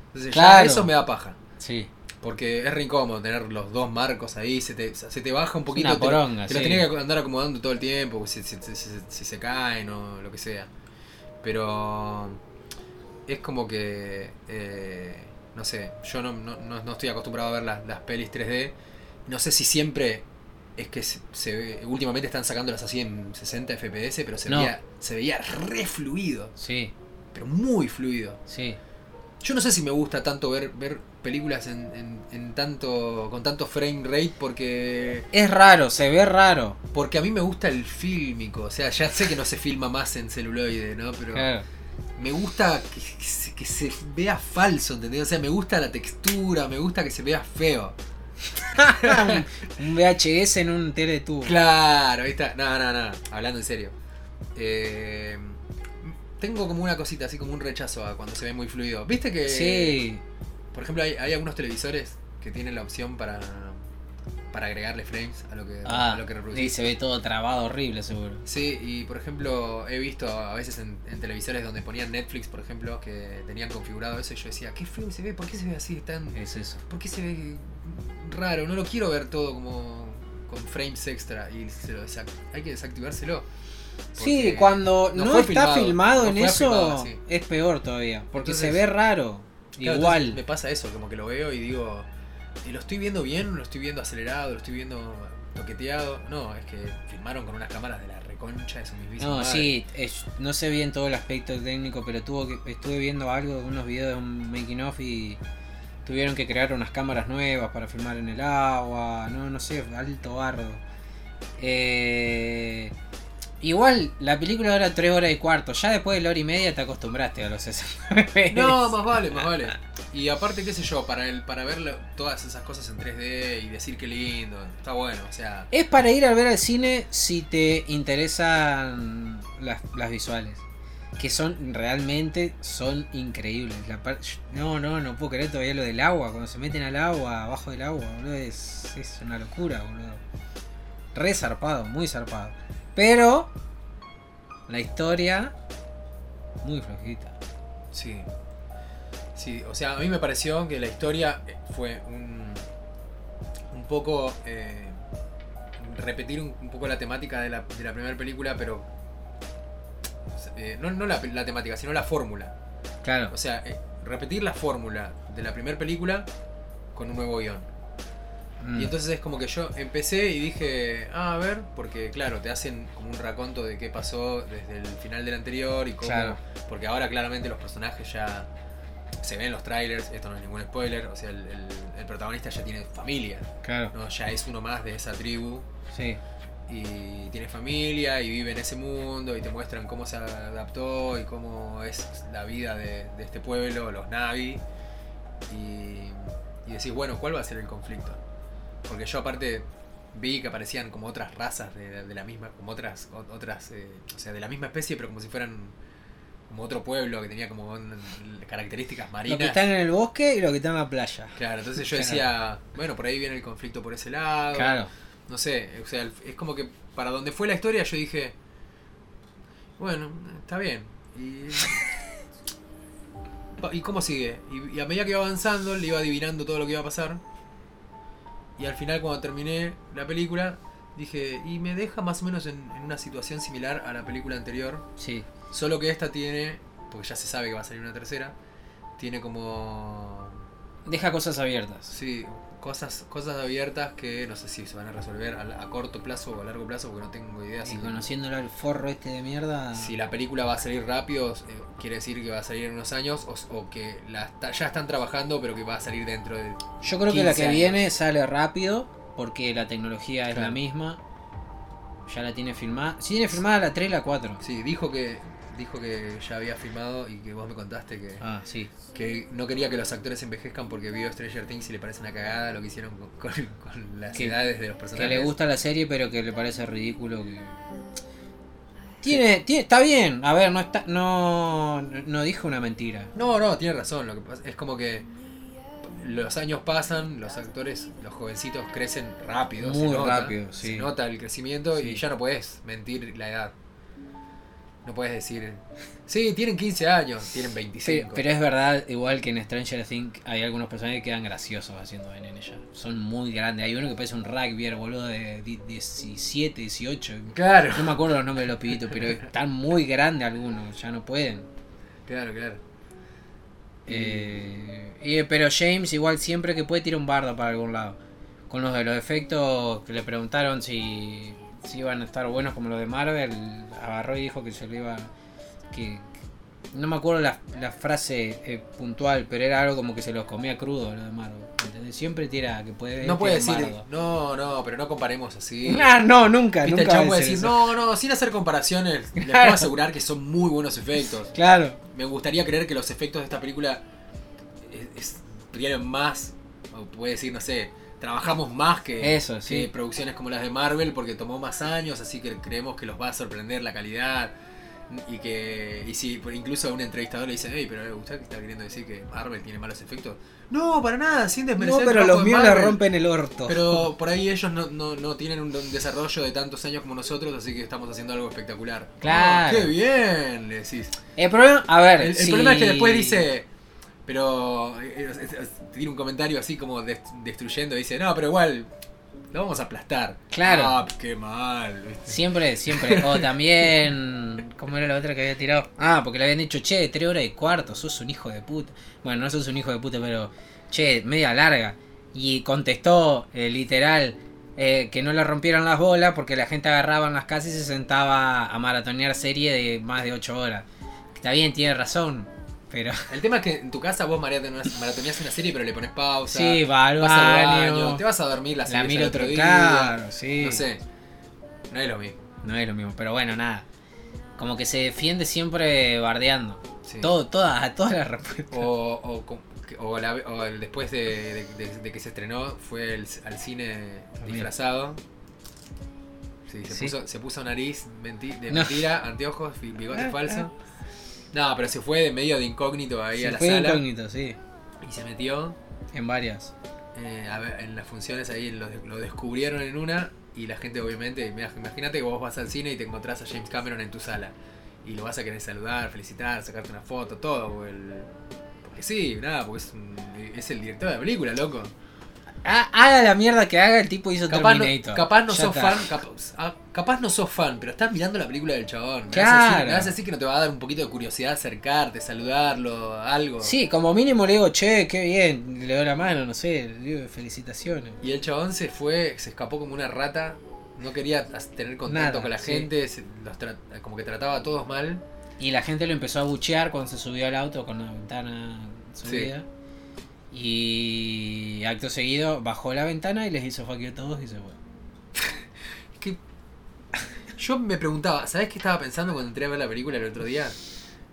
[SPEAKER 2] Entonces
[SPEAKER 1] Claro.
[SPEAKER 2] ya eso me da paja.
[SPEAKER 1] Sí.
[SPEAKER 2] Porque es re incómodo tener los dos marcos ahí, se te, se te baja un poquito.
[SPEAKER 1] una
[SPEAKER 2] te-
[SPEAKER 1] poronga,
[SPEAKER 2] te los
[SPEAKER 1] Ah, sí.
[SPEAKER 2] tenés que andar acomodando todo el tiempo, pues, si, si- si- si- si se caen o lo que sea. Pero es como que, eh, no sé, yo no, no- no- no estoy acostumbrado a ver las, las pelis 3D. No sé si siempre es que se, se ve- últimamente están sacándolas así en 60 FPS, pero se,
[SPEAKER 1] No.
[SPEAKER 2] veía, se veía re fluido,
[SPEAKER 1] Sí,
[SPEAKER 2] pero muy fluido.
[SPEAKER 1] sí.
[SPEAKER 2] Yo no sé si me gusta tanto ver, ver películas en, en- en tanto, con tanto frame rate porque
[SPEAKER 1] Es raro, se ve raro.
[SPEAKER 2] porque a mí me gusta el fílmico, o sea, ya sé que no se filma más en celuloide, ¿no? Pero
[SPEAKER 1] Claro.
[SPEAKER 2] me gusta que, que se, que se vea falso, ¿entendés? O sea, me gusta la textura, me gusta que se vea feo.
[SPEAKER 1] [LAUGHS] Un VHS en un tele de tubo.
[SPEAKER 2] Claro, ahí está. No, no, no, hablando en serio. Eh, tengo como una cosita, así como un rechazo a cuando se ve muy fluido. ¿Viste que,
[SPEAKER 1] Sí.
[SPEAKER 2] por ejemplo, hay, hay algunos televisores que tienen la opción para, para agregarle frames a lo que,
[SPEAKER 1] Ah,
[SPEAKER 2] a lo que reproducís?
[SPEAKER 1] y se ve todo trabado horrible, seguro.
[SPEAKER 2] Sí, y por ejemplo, he visto a veces en, en televisores donde ponían Netflix, por ejemplo, que tenían configurado eso y yo decía, qué feo que se ve, ¿por qué se ve así tan... eh,
[SPEAKER 1] Es eso.
[SPEAKER 2] ¿Por qué se ve raro? No lo quiero ver todo como con frames extra y se lo desac- hay que desactivárselo.
[SPEAKER 1] Sí,
[SPEAKER 2] Porque
[SPEAKER 1] cuando
[SPEAKER 2] no
[SPEAKER 1] no,
[SPEAKER 2] fue
[SPEAKER 1] está
[SPEAKER 2] filmado,
[SPEAKER 1] filmado,
[SPEAKER 2] no
[SPEAKER 1] en
[SPEAKER 2] fue
[SPEAKER 1] eso,
[SPEAKER 2] filmado, sí.
[SPEAKER 1] es peor todavía. Porque se
[SPEAKER 2] Entonces-
[SPEAKER 1] ve raro.
[SPEAKER 2] Claro,
[SPEAKER 1] Igual.
[SPEAKER 2] entonces Me pasa eso, como que lo veo y digo, "Eh, ¿lo estoy viendo bien? ¿Lo estoy viendo acelerado? ¿Lo estoy viendo toqueteado? No, es que filmaron con unas cámaras de la reconcha de su mismísima
[SPEAKER 1] No,
[SPEAKER 2] madre.
[SPEAKER 1] sí, es- no sé bien todo el aspecto técnico, pero tuvo que, estuve viendo algo, unos videos de un making of y tuvieron que crear unas cámaras nuevas para filmar en el agua, no, no sé, alto bardo. Eh, igual, la película dura 3 horas y cuarto, ya después de la hora y media te acostumbraste a los [LAUGHS] 60 FPS. [LAUGHS]
[SPEAKER 2] No, más vale, más vale. Y aparte, qué sé yo, para el, para ver lo- todas esas cosas en 3D y decir qué lindo, está bueno, o sea.
[SPEAKER 1] Es para ir a ver al cine si te interesan las, las visuales. Que son realmente son increíbles. La par- no, no, no puedo creer todavía lo del agua. Cuando se meten al agua, abajo del agua, boludo, es, es una locura, boludo. Re zarpado, muy zarpado. Pero la historia, muy flojita.
[SPEAKER 2] Sí. Sí, o sea, a mí me pareció que la historia eh, fue un. un poco. eh, repetir un, un poco la temática de la, de la primera película, pero. eh, no no la, la temática, sino la fórmula.
[SPEAKER 1] Claro,
[SPEAKER 2] O sea, eh, repetir la fórmula de la primera película con un nuevo guión.
[SPEAKER 1] mm,
[SPEAKER 2] Y entonces es como que yo empecé y dije, ah, a ver, porque claro, te hacen como un raconto de qué pasó desde el final del anterior y cómo.
[SPEAKER 1] Claro.
[SPEAKER 2] Porque ahora claramente los personajes ya se ven en los trailers, esto no es ningún spoiler, o sea, el, el- el protagonista ya tiene familia,
[SPEAKER 1] claro,
[SPEAKER 2] ¿no? ya es uno más de esa tribu
[SPEAKER 1] sí.
[SPEAKER 2] y tiene familia y vive en ese mundo y te muestran cómo se adaptó y cómo es la vida de, de este pueblo, los Navi. Y, y decís, bueno, ¿cuál va a ser el conflicto? Porque yo aparte vi que aparecían como otras razas de, de la misma, como otras, o- otras eh, o sea, de la misma especie, pero como si fueran como otro pueblo que tenía como un- características
[SPEAKER 1] Lo que
[SPEAKER 2] marinas.
[SPEAKER 1] están en el bosque y lo que están en la playa.
[SPEAKER 2] Claro, entonces yo decía, bueno, por ahí viene el conflicto por ese lado
[SPEAKER 1] Claro,
[SPEAKER 2] no sé, o sea, el- es como que para donde fue la historia yo dije, bueno, está bien. Y, [LAUGHS] Pa- ¿y cómo sigue? Y, y a medida que iba avanzando, le iba adivinando todo lo que iba a pasar. Y al final, cuando terminé la película, dije, y me deja más o menos en, en una situación similar a la película anterior,
[SPEAKER 1] sí.
[SPEAKER 2] solo que esta tiene, porque ya se sabe que va a salir una tercera, tiene como
[SPEAKER 1] Deja cosas abiertas.
[SPEAKER 2] Sí, cosas, cosas abiertas que no sé si se van a resolver a, a corto plazo o a largo plazo porque no tengo idea.
[SPEAKER 1] Y
[SPEAKER 2] Si,
[SPEAKER 1] conociéndolo Eh, al forro este de mierda.
[SPEAKER 2] si la película va a salir rápido, eh, quiere decir que va a salir en unos años o, o que la está- ya están trabajando pero que va a salir dentro de...
[SPEAKER 1] Yo creo que la que
[SPEAKER 2] 15 años.
[SPEAKER 1] viene sale rápido porque la tecnología es la
[SPEAKER 2] Claro.
[SPEAKER 1] misma. Ya la tiene filmada. Si tiene filmada la 3 y la 4.
[SPEAKER 2] Sí, dijo que, dijo que ya había filmado y que vos me contaste que...
[SPEAKER 1] Ah, sí.
[SPEAKER 2] Que no quería que los actores envejezcan porque vio Stranger Things y le parece una cagada lo que hicieron con, con- con las
[SPEAKER 1] Que-
[SPEAKER 2] edades de los
[SPEAKER 1] Que
[SPEAKER 2] personajes.
[SPEAKER 1] le gusta la serie pero que le parece ridículo que... Tiene, tiene, está bien, a ver, no está, no, no dijo una mentira.
[SPEAKER 2] No, no, tiene razón. Lo que pasa es como que los años pasan, los actores, los jovencitos crecen rápido. se
[SPEAKER 1] Muy
[SPEAKER 2] nota,
[SPEAKER 1] rápido, sí.
[SPEAKER 2] Se nota el crecimiento
[SPEAKER 1] Sí.
[SPEAKER 2] y ya no puedes mentir la edad. No puedes decir, sí, tienen 15 años, tienen
[SPEAKER 1] Pero,
[SPEAKER 2] 25.
[SPEAKER 1] pero es verdad, igual que en Stranger Things hay algunos personajes que quedan graciosos haciendo de nene ya. Son muy grandes. Hay uno que parece un rugby, boludo, de di- 17, 18.
[SPEAKER 2] Claro,
[SPEAKER 1] No me acuerdo los nombres de los pibitos, pero están muy grandes algunos, ya no pueden.
[SPEAKER 2] claro, claro.
[SPEAKER 1] Eh, eh, pero James igual siempre que puede tira un bardo para algún lado. Con los de los efectos que le preguntaron si, si iban a estar buenos como los de Marvel, agarró y dijo que se lo iba... Que, no me acuerdo la, la frase eh, puntual, pero era algo como que se los comía crudo lo de Marvel. ¿entendés? Siempre tira que puede...
[SPEAKER 2] No puedes
[SPEAKER 1] tira un
[SPEAKER 2] decir,
[SPEAKER 1] bardo.
[SPEAKER 2] no, no, pero no comparemos así.
[SPEAKER 1] Ah, no, nunca.
[SPEAKER 2] Viste, el
[SPEAKER 1] nunca va
[SPEAKER 2] chabón
[SPEAKER 1] a
[SPEAKER 2] puede
[SPEAKER 1] decir
[SPEAKER 2] decir,
[SPEAKER 1] eso.
[SPEAKER 2] no, no, sin hacer comparaciones,
[SPEAKER 1] [LAUGHS]
[SPEAKER 2] les puedo
[SPEAKER 1] Claro.
[SPEAKER 2] asegurar que son muy buenos efectos.
[SPEAKER 1] Claro.
[SPEAKER 2] Me gustaría creer que los efectos de esta película es, es- tuvieron más, o puede decir, no sé, trabajamos más que,
[SPEAKER 1] Eso, sí.
[SPEAKER 2] que producciones como las de Marvel porque tomó más años, así que creemos que los va a sorprender la calidad. Y que y si por- incluso a un entrevistador le dice, hey, pero eh, ¿usted qué está queriendo decir que Marvel tiene malos efectos? No, para nada, sin
[SPEAKER 1] No,
[SPEAKER 2] desmerecer. el
[SPEAKER 1] pero
[SPEAKER 2] trabajo
[SPEAKER 1] los
[SPEAKER 2] de
[SPEAKER 1] míos le
[SPEAKER 2] Marvel".
[SPEAKER 1] rompen el orto.
[SPEAKER 2] Pero por ahí ellos no, no, no tienen un desarrollo de tantos años como nosotros, así que estamos haciendo algo espectacular.
[SPEAKER 1] Claro.
[SPEAKER 2] "Oh, ¡Qué bien! Le decís.
[SPEAKER 1] El problema, a ver,
[SPEAKER 2] El, el
[SPEAKER 1] si-
[SPEAKER 2] problema es que después dice. Pero. eh, eh, eh, Tiene un comentario así como des- destruyendo. Dice, no, pero igual. Lo vamos a aplastar.
[SPEAKER 1] Claro.
[SPEAKER 2] Ah, qué mal. ¿viste?
[SPEAKER 1] Siempre, siempre. O también. ¿Cómo era la otra que había tirado? Ah, porque le habían dicho, che, tres horas y cuarto, sos un hijo de puta. Bueno, no sos un hijo de puta, pero. Che, media larga. Y contestó, eh, literal, eh, que no le rompieron las bolas porque la gente agarraba en las casas y se sentaba a maratonear serie de más de ocho horas. Está bien, tiene razón. Pero.
[SPEAKER 2] El tema es que en tu casa vos maratoneás maratoneás una serie, pero le pones pausa.
[SPEAKER 1] sí, va al
[SPEAKER 2] vas al
[SPEAKER 1] baño.
[SPEAKER 2] baño, te vas a dormir la serie.
[SPEAKER 1] la
[SPEAKER 2] ya
[SPEAKER 1] miro
[SPEAKER 2] el
[SPEAKER 1] otro.
[SPEAKER 2] día,
[SPEAKER 1] Claro, sí.
[SPEAKER 2] No sé. No es lo mismo.
[SPEAKER 1] No es lo mismo, pero bueno, nada. Como que se defiende siempre bardeando.
[SPEAKER 2] sí.
[SPEAKER 1] Todo, todas, a [LAUGHS] todas las respuestas.
[SPEAKER 2] O, o com- que- o la- o el después de, de- de- de que se estrenó, fue el- al cine
[SPEAKER 1] También.
[SPEAKER 2] disfrazado. Sí, se,
[SPEAKER 1] Sí.
[SPEAKER 2] Puso, se puso nariz menti- de
[SPEAKER 1] No. Ah,
[SPEAKER 2] mentira, anteojos, fi- bigote falso. No, pero se fue de medio de incógnito ahí
[SPEAKER 1] Sí,
[SPEAKER 2] a la
[SPEAKER 1] fue
[SPEAKER 2] sala
[SPEAKER 1] incógnito, sí.
[SPEAKER 2] y se metió.
[SPEAKER 1] En varias.
[SPEAKER 2] eh, a ver, en las funciones ahí lo, de- lo descubrieron en una y la gente obviamente, imag- imagínate que vos vas al cine y te encontrás a James Cameron en tu sala y lo vas a querer saludar, felicitar, sacarte una foto, todo, porque, el- porque sí, nada, porque es, un- es el director de la película, loco.
[SPEAKER 1] Ha- Ah, haga la mierda que haga, el tipo hizo
[SPEAKER 2] Capaz no,
[SPEAKER 1] Terminator.
[SPEAKER 2] capaz no
[SPEAKER 1] Ya
[SPEAKER 2] sos
[SPEAKER 1] está.
[SPEAKER 2] fan, capaz, ah, capaz no sos fan, pero estás mirando la película del chabón. Me
[SPEAKER 1] Claro.
[SPEAKER 2] vas a decir- me vas a decir que no te va a dar un poquito de curiosidad acercarte, saludarlo, algo.
[SPEAKER 1] Sí, como mínimo le digo, che, qué bien, le doy la mano, no sé, le digo felicitaciones.
[SPEAKER 2] Y el chabón se fue, se escapó como una rata. No quería as- tener contacto
[SPEAKER 1] Nada,
[SPEAKER 2] con la
[SPEAKER 1] sí.
[SPEAKER 2] gente, se- los tra- como que trataba a todos mal.
[SPEAKER 1] Y la gente lo empezó a buchear cuando se subió al auto con la ventana subida. Y acto seguido bajó la ventana y les hizo fuck you a todos y se fue.
[SPEAKER 2] Que- Yo me preguntaba, ¿sabés qué estaba pensando cuando entré a ver la película el otro día?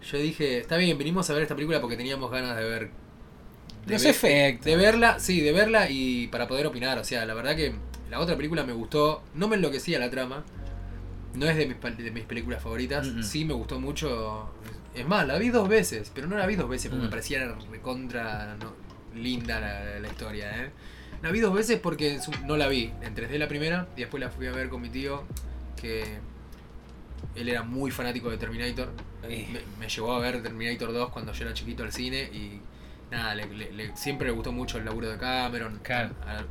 [SPEAKER 2] Yo dije, está bien, vinimos a ver esta película porque teníamos ganas de ver. de
[SPEAKER 1] Los
[SPEAKER 2] ver-
[SPEAKER 1] efectos.
[SPEAKER 2] De verla, sí, de verla y para poder opinar. O sea, la verdad que la otra película me gustó. No me enloquecía la trama. No es de mis, pa- de mis películas favoritas.
[SPEAKER 1] Mm, mm.
[SPEAKER 2] Sí me gustó mucho. Es más, la vi dos veces, pero no la vi dos veces porque
[SPEAKER 1] Mm.
[SPEAKER 2] me parecía recontra no, linda la, la historia, ¿eh? La vi dos veces porque en su- no la vi. En 3D la primera y después la fui a ver con mi tío que él era muy fanático de Terminator.
[SPEAKER 1] Eh.
[SPEAKER 2] Me, me llevó a ver Terminator 2 cuando yo era chiquito al cine y nada, le- le- le- siempre le gustó mucho el laburo de Cameron.
[SPEAKER 1] Claro.
[SPEAKER 2] A-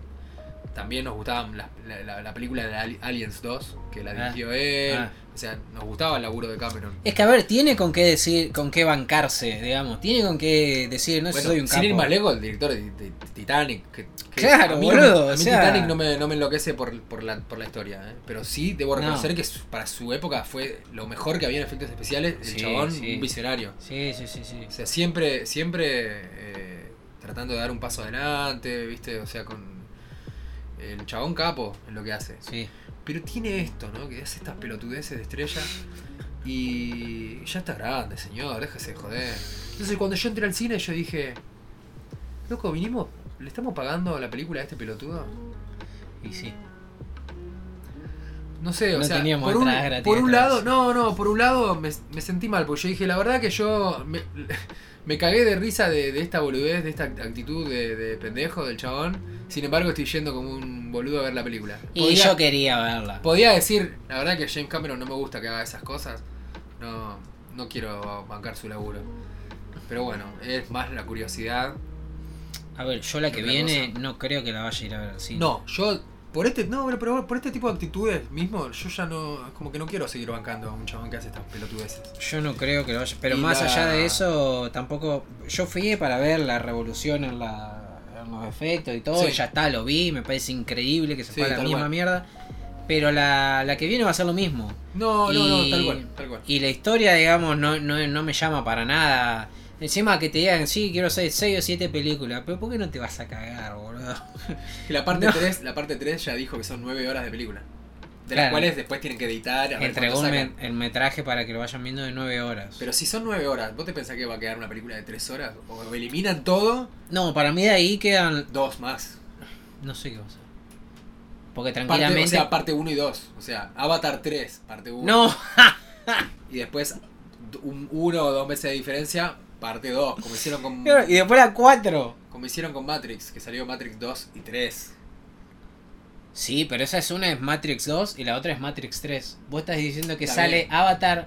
[SPEAKER 2] también nos gustaban las- la, la- la película de Ali- Aliens 2, que la
[SPEAKER 1] Ah,
[SPEAKER 2] dirigió él.
[SPEAKER 1] ah.
[SPEAKER 2] O sea, nos gustaba el laburo de Cameron.
[SPEAKER 1] Es que a ver, tiene con qué decir, con qué bancarse, digamos. Tiene con qué decir, no sé,
[SPEAKER 2] Bueno,
[SPEAKER 1] soy un
[SPEAKER 2] sin ir
[SPEAKER 1] capo.
[SPEAKER 2] más lejos, el director de, de- de Titanic. Que, que
[SPEAKER 1] Claro,
[SPEAKER 2] a mí no me-
[SPEAKER 1] boludo,
[SPEAKER 2] a mí
[SPEAKER 1] o sea-
[SPEAKER 2] Titanic no me, no me enloquece por, por, la, por la historia, ¿eh? pero sí debo
[SPEAKER 1] No.
[SPEAKER 2] reconocer que su- para su época fue lo mejor que había en efectos especiales. El
[SPEAKER 1] Sí,
[SPEAKER 2] chabón,
[SPEAKER 1] sí.
[SPEAKER 2] un visionario.
[SPEAKER 1] Sí, sí, sí, sí.
[SPEAKER 2] O sea, siempre, siempre eh, tratando de dar un paso adelante, ¿viste? O sea, con el chabón capo en lo que hace.
[SPEAKER 1] Sí.
[SPEAKER 2] Pero tiene esto, ¿no? Que hace estas pelotudeces de estrella. Y ya está grande, señor, déjese de joder. Entonces, cuando yo entré al cine, yo dije: Loco, vinimos, le estamos pagando la película a este pelotudo.
[SPEAKER 1] Y sí.
[SPEAKER 2] No sé, o
[SPEAKER 1] No
[SPEAKER 2] sea,
[SPEAKER 1] teníamos
[SPEAKER 2] por un,
[SPEAKER 1] entradas gratis
[SPEAKER 2] por un
[SPEAKER 1] atrás.
[SPEAKER 2] lado, no, no, por un lado me, me sentí mal, porque yo dije, la verdad que yo me, [LAUGHS] me cagué de risa de, de esta boludez, de esta actitud de, de pendejo del chabón, sin embargo estoy yendo como un boludo a ver la película.
[SPEAKER 1] Y yo quería verla.
[SPEAKER 2] podía decir, la verdad que James Cameron no me gusta que haga esas cosas, no, no quiero bancar su laburo. Pero bueno, es más la curiosidad.
[SPEAKER 1] A ver, yo la que
[SPEAKER 2] Otra
[SPEAKER 1] viene no creo que la vaya a ir a ver, sí.
[SPEAKER 2] No, yo por este, no, pero- pero por este tipo de actitudes mismo, yo ya no, como que no quiero seguir bancando a un chabón que hace estas pelotudeces.
[SPEAKER 1] Yo no creo que lo vaya. Pero
[SPEAKER 2] Y
[SPEAKER 1] más
[SPEAKER 2] la-
[SPEAKER 1] allá de eso, tampoco. Yo fui para ver la revolución en, la, en los efectos y todo.
[SPEAKER 2] Sí.
[SPEAKER 1] y ya está, lo vi. Me parece increíble que se
[SPEAKER 2] Sí,
[SPEAKER 1] fue a la
[SPEAKER 2] tal
[SPEAKER 1] misma
[SPEAKER 2] cual.
[SPEAKER 1] mierda. Pero la, la que viene va a ser lo mismo.
[SPEAKER 2] No, no,
[SPEAKER 1] Y-
[SPEAKER 2] no, tal cual, tal cual.
[SPEAKER 1] Y la historia, digamos, no, no, no me llama para nada. Encima que te digan, sí, quiero hacer 6 o 7 películas. Pero ¿por qué no te vas a cagar, boludo?
[SPEAKER 2] Que la parte 3, la parte 3 ya dijo que son 9 horas de película. De
[SPEAKER 1] Claro.
[SPEAKER 2] las cuales después tienen que editar, a ver
[SPEAKER 1] Entregó
[SPEAKER 2] cuánto
[SPEAKER 1] un
[SPEAKER 2] sacan.
[SPEAKER 1] me- el metraje para que lo vayan viendo de 9 horas.
[SPEAKER 2] Pero si son 9 horas, ¿vos te pensás que va a quedar una película de 3 horas? ¿O eliminan todo?
[SPEAKER 1] No, para mí de ahí quedan.
[SPEAKER 2] Dos más.
[SPEAKER 1] No sé qué va a ser. Porque
[SPEAKER 2] Parte, o
[SPEAKER 1] tranquilamente.
[SPEAKER 2] sea, parte 1 y 2. O sea, Avatar 3, parte 1.
[SPEAKER 1] [LAUGHS] no.
[SPEAKER 2] Y después, un, uno o dos meses de diferencia, parte 2. Como hicieron con,
[SPEAKER 1] [LAUGHS] Y después la 4.
[SPEAKER 2] como hicieron con Matrix, que salió Matrix 2 y 3.
[SPEAKER 1] Sí, pero esa es una es Matrix 2 y la otra es Matrix 3. Vos estás diciendo que
[SPEAKER 2] Está
[SPEAKER 1] sale
[SPEAKER 2] bien.
[SPEAKER 1] Avatar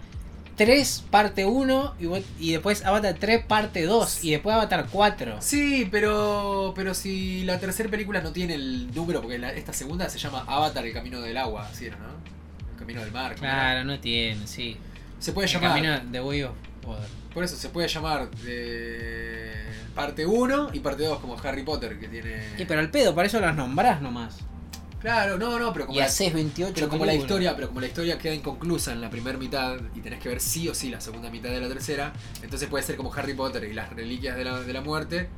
[SPEAKER 1] 3 parte 1 y, vos- y después Avatar 3 parte 2 y después Avatar 4.
[SPEAKER 2] Sí, pero pero si la tercera película no tiene el número, porque la- esta segunda se llama Avatar, el camino del agua, así era, ¿no? El camino del mar. ¿cómo era?
[SPEAKER 1] Claro, no tiene, sí.
[SPEAKER 2] Se puede
[SPEAKER 1] El
[SPEAKER 2] llamar,
[SPEAKER 1] camino de Way of Water.
[SPEAKER 2] por eso se puede llamar eh, parte 1 y parte 2, como Harry Potter, que tiene...
[SPEAKER 1] Y pero al pedo, para eso las nombrás nomás.
[SPEAKER 2] Claro, no, no, pero como,
[SPEAKER 1] Y
[SPEAKER 2] la,
[SPEAKER 1] haces 28
[SPEAKER 2] pero como la
[SPEAKER 1] películas.
[SPEAKER 2] historia pero como la historia queda inconclusa en la primera mitad y tenés que ver sí o sí la segunda mitad de la tercera, entonces puede ser como Harry Potter y las reliquias de la, de la muerte,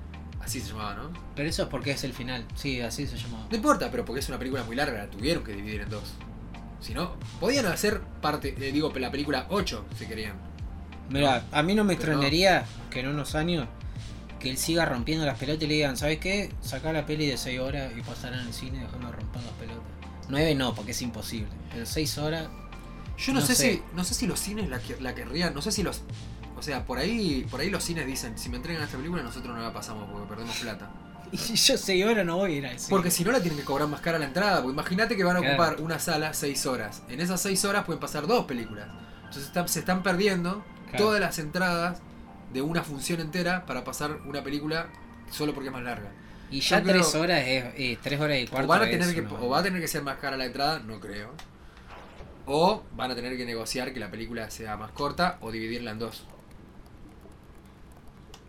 [SPEAKER 2] así se llamaba, ¿no?
[SPEAKER 1] Pero eso es porque es el final. Sí, así se llamaba.
[SPEAKER 2] No importa, pero porque es una película muy larga, la tuvieron que dividir en dos. Si no, podían hacer parte, eh, digo, la película 8, si querían.
[SPEAKER 1] Mira, a mí no me
[SPEAKER 2] Pero no.
[SPEAKER 1] extrañaría que en unos años que él siga rompiendo las pelotas y le digan, ¿sabes qué? Sacá la peli de 6 horas y pasará en el cine dejando romper las pelotas. 9 no, porque es imposible. Pero 6 horas, [LAUGHS]
[SPEAKER 2] Yo no,
[SPEAKER 1] No
[SPEAKER 2] sé,
[SPEAKER 1] sé.
[SPEAKER 2] si no sé si los cines la, que- la querrían, no sé si los o sea, por ahí por ahí los cines dicen, si me entregan esta película nosotros no la pasamos porque perdemos plata.
[SPEAKER 1] y yo 6 horas no voy a ir al cine.
[SPEAKER 2] Porque si no la tienen que cobrar más cara la entrada, porque imagínate que van a
[SPEAKER 1] Claro.
[SPEAKER 2] ocupar una sala 6 horas. En esas 6 horas pueden pasar dos películas. Entonces están- se están perdiendo
[SPEAKER 1] Claro.
[SPEAKER 2] todas las entradas de una función entera para pasar una película solo porque es más larga.
[SPEAKER 1] y ya
[SPEAKER 2] yo creo-
[SPEAKER 1] 3 horas es 3 horas y cuarto.
[SPEAKER 2] O, van a
[SPEAKER 1] es
[SPEAKER 2] tener que,
[SPEAKER 1] una-
[SPEAKER 2] o va a tener que ser más cara la entrada, no creo. O van a tener que negociar que la película sea más corta o dividirla en dos.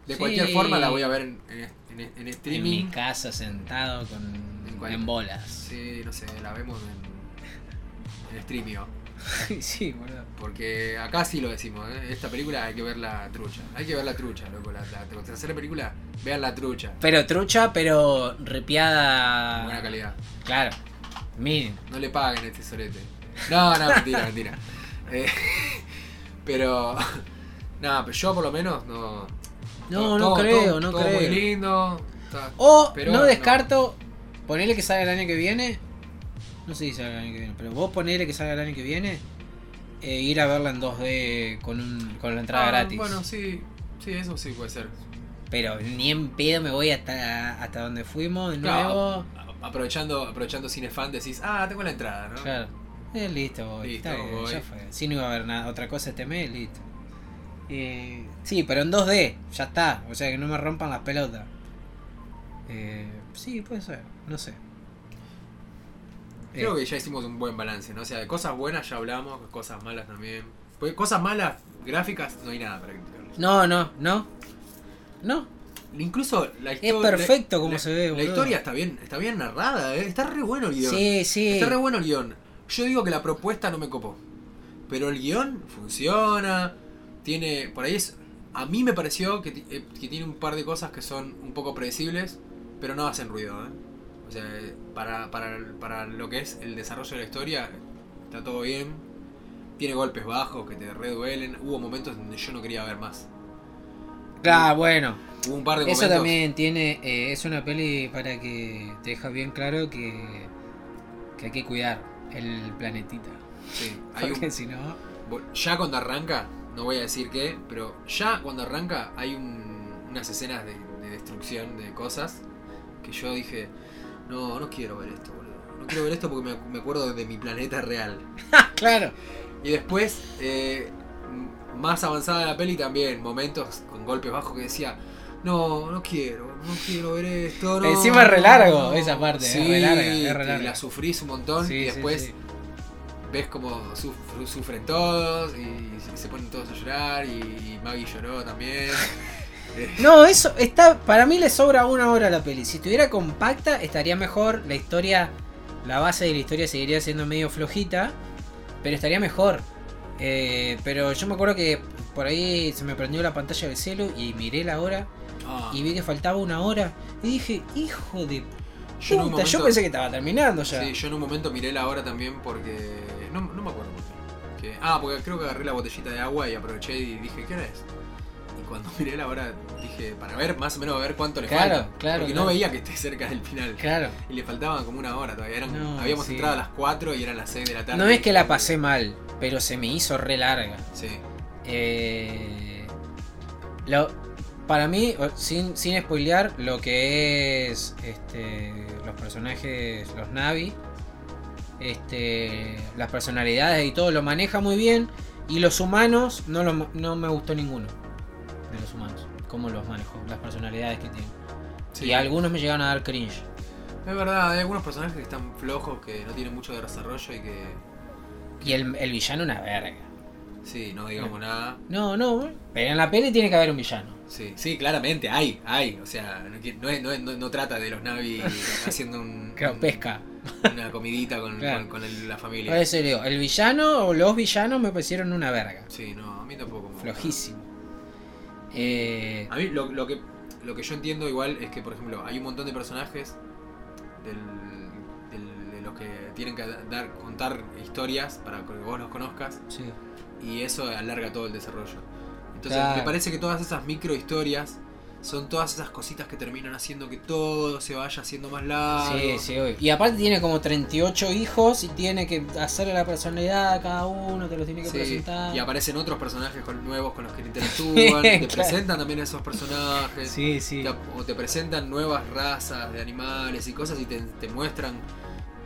[SPEAKER 2] De
[SPEAKER 1] Sí.
[SPEAKER 2] cualquier forma la voy a ver en, en- en- en
[SPEAKER 1] en mi
[SPEAKER 2] streaming.
[SPEAKER 1] casa sentado con
[SPEAKER 2] En
[SPEAKER 1] en,
[SPEAKER 2] cualquier-
[SPEAKER 1] bolas. Sí,
[SPEAKER 2] Sí, no sé, la vemos en, en streamio.
[SPEAKER 1] boludo.
[SPEAKER 2] Porque acá sí lo decimos, ¿eh? esta película hay que ver la trucha. Hay que ver la trucha, loco. La, la- la tercera película, vean la trucha.
[SPEAKER 1] Pero trucha, pero
[SPEAKER 2] Buena
[SPEAKER 1] ripiada.
[SPEAKER 2] calidad.
[SPEAKER 1] Claro. Miren.
[SPEAKER 2] No le paguen a este sorete. No, no, mentira, [LAUGHS] mentira. Eh, pero. [LAUGHS] Nada, pero yo por lo menos no.
[SPEAKER 1] No, no creo, no
[SPEAKER 2] todo
[SPEAKER 1] creo.
[SPEAKER 2] muy lindo. está-
[SPEAKER 1] O
[SPEAKER 2] Pero
[SPEAKER 1] no
[SPEAKER 2] no.
[SPEAKER 1] descarto ponerle que salga el año que viene. No sé si salga el año que viene, pero vos ponerle que salga el año que viene. E ir a verla en 2D con, un, con la entrada
[SPEAKER 2] Ah,
[SPEAKER 1] gratis.
[SPEAKER 2] Bueno, sí. Sí, eso sí puede ser.
[SPEAKER 1] Pero ni en pedo me voy hasta, hasta donde fuimos de nuevo.
[SPEAKER 2] Claro, a- aprovechando, aprovechando Cinefan decís, ah, tengo la entrada, ¿no?
[SPEAKER 1] Claro. Eh, listo, voy.
[SPEAKER 2] Listo,
[SPEAKER 1] Está bien,
[SPEAKER 2] voy.
[SPEAKER 1] ya fue. Si no iba a haber nada, otra cosa este mes, listo. Eh, sí, pero en 2D, ya está. O sea que no me rompan las pelotas. Eh, sí, puede ser, no sé.
[SPEAKER 2] Creo
[SPEAKER 1] Eh.
[SPEAKER 2] que ya hicimos un buen balance, ¿no? O sea, de cosas buenas ya hablamos, cosas malas también. Porque cosas malas, gráficas, no hay nada para criticarle.
[SPEAKER 1] No, no, no. No.
[SPEAKER 2] Incluso la
[SPEAKER 1] Es
[SPEAKER 2] historia.
[SPEAKER 1] perfecto como
[SPEAKER 2] la-
[SPEAKER 1] se ve,
[SPEAKER 2] La
[SPEAKER 1] boludo.
[SPEAKER 2] historia está bien, está bien narrada, ¿eh? está re bueno el guión.
[SPEAKER 1] Sí, sí.
[SPEAKER 2] Está re bueno el guión. Yo digo que la propuesta no me copó. Pero el guión funciona. Tiene. Por ahí es. A mí me pareció que, ti- eh, que tiene un par de cosas que son un poco predecibles, pero no hacen ruido. ¿eh? O sea, eh, para, para, para lo que es el desarrollo de la historia, está todo bien. Tiene golpes bajos que te reduelen. Hubo momentos donde yo no quería ver más.
[SPEAKER 1] Claro, bueno.
[SPEAKER 2] Hubo un par de
[SPEAKER 1] Eso
[SPEAKER 2] momentos.
[SPEAKER 1] también tiene. eh, es una peli para que te deja bien claro que, que hay que cuidar el planetita.
[SPEAKER 2] Sí, hay un-
[SPEAKER 1] Porque si no.
[SPEAKER 2] Bueno, Ya cuando arranca, no voy a decir qué, pero ya cuando arranca hay un- unas escenas de, de destrucción de cosas que yo dije, no, no quiero ver esto, boludo. No quiero ver esto porque me, me acuerdo de mi planeta real.
[SPEAKER 1] Claro.
[SPEAKER 2] Y después, eh, m- más avanzada la peli también, momentos con golpes bajos que decía, no, no quiero, no quiero ver esto. no,
[SPEAKER 1] Encima es re largo
[SPEAKER 2] no".
[SPEAKER 1] esa parte, es
[SPEAKER 2] Sí,
[SPEAKER 1] re larga, es re
[SPEAKER 2] que
[SPEAKER 1] larga.
[SPEAKER 2] la sufrís un montón
[SPEAKER 1] Sí,
[SPEAKER 2] y
[SPEAKER 1] sí,
[SPEAKER 2] después
[SPEAKER 1] sí.
[SPEAKER 2] ves como suf- sufren todos y se- se ponen todos a llorar y Maggie
[SPEAKER 1] [LAUGHS]
[SPEAKER 2] lloró también.
[SPEAKER 1] No, eso está. Para mí le sobra una hora a la peli. Si estuviera compacta, estaría mejor. La historia. La base de la historia seguiría siendo medio flojita. Pero estaría mejor. Eh, pero yo me acuerdo que por ahí se me prendió la pantalla del celu y miré la hora
[SPEAKER 2] Ah,
[SPEAKER 1] y vi que faltaba una hora. Y dije, hijo de
[SPEAKER 2] yo, en un
[SPEAKER 1] puta,
[SPEAKER 2] momento,
[SPEAKER 1] yo pensé que estaba terminando ya.
[SPEAKER 2] sí, yo en un momento miré la hora también porque... No, no me acuerdo por qué. Que- ah, porque creo que agarré la botellita de agua y aproveché y dije, ¿qué hora es? Y cuando [LAUGHS] miré la hora dije, para ver más o menos a ver cuánto le
[SPEAKER 1] Claro,
[SPEAKER 2] falta.
[SPEAKER 1] claro,
[SPEAKER 2] Porque
[SPEAKER 1] claro.
[SPEAKER 2] no veía que esté cerca del final.
[SPEAKER 1] Claro.
[SPEAKER 2] Y le faltaban como una hora todavía. Eran-
[SPEAKER 1] No,
[SPEAKER 2] habíamos
[SPEAKER 1] sí.
[SPEAKER 2] entrado a las 4 y eran las 6 de la tarde.
[SPEAKER 1] No es que la pasé mal, pero se me hizo re larga.
[SPEAKER 2] Sí.
[SPEAKER 1] Eh, lo- para mí, o- sin, sin spoilear, lo que es este, los personajes, los Navi, este, las personalidades y todo, lo maneja muy bien. Y los humanos, no, lo- no me gustó ninguno de los humanos. Cómo los manejó, las personalidades que tienen.
[SPEAKER 2] sí.
[SPEAKER 1] Y algunos me llegaron a dar cringe.
[SPEAKER 2] Es verdad, hay algunos personajes que están flojos, que no tienen mucho desarrollo y que.
[SPEAKER 1] Y el, el villano, una verga.
[SPEAKER 2] Sí, no digamos nada.
[SPEAKER 1] No, no, pero en la peli tiene que haber un villano.
[SPEAKER 2] Sí, sí, claramente, hay, hay. O sea, no, qui- no, es- no, es- no- no trata de
[SPEAKER 1] [LAUGHS]
[SPEAKER 2] los Navi haciendo un,
[SPEAKER 1] Creo,
[SPEAKER 2] un-
[SPEAKER 1] pesca.
[SPEAKER 2] una comidita con,
[SPEAKER 1] Claro.
[SPEAKER 2] con- con el- la
[SPEAKER 1] Por
[SPEAKER 2] familia.
[SPEAKER 1] eso digo, el villano o los villanos me parecieron una verga.
[SPEAKER 2] Sí, no, a mí tampoco. me gusta.
[SPEAKER 1] Flojísimo. Eh,
[SPEAKER 2] A mí lo, lo que, lo que yo entiendo igual es que, por ejemplo, hay un montón de personajes del- del- de los que tienen que dar, contar historias para que vos los conozcas.
[SPEAKER 1] sí.
[SPEAKER 2] y eso alarga todo el desarrollo. Entonces
[SPEAKER 1] Claro.
[SPEAKER 2] me parece que todas esas micro historias son todas esas cositas que terminan haciendo que todo se vaya haciendo más largo.
[SPEAKER 1] Sí, sí, obvio. Y aparte tiene como 38 hijos y tiene que hacerle la personalidad a cada uno, te los tiene que
[SPEAKER 2] Sí,
[SPEAKER 1] presentar.
[SPEAKER 2] Y aparecen otros personajes con- nuevos con los
[SPEAKER 1] [LAUGHS]
[SPEAKER 2] que interactúan, te
[SPEAKER 1] Claro.
[SPEAKER 2] presentan también a esos personajes,
[SPEAKER 1] Sí, sí.
[SPEAKER 2] te ap- o te presentan nuevas razas de animales y cosas y te, te muestran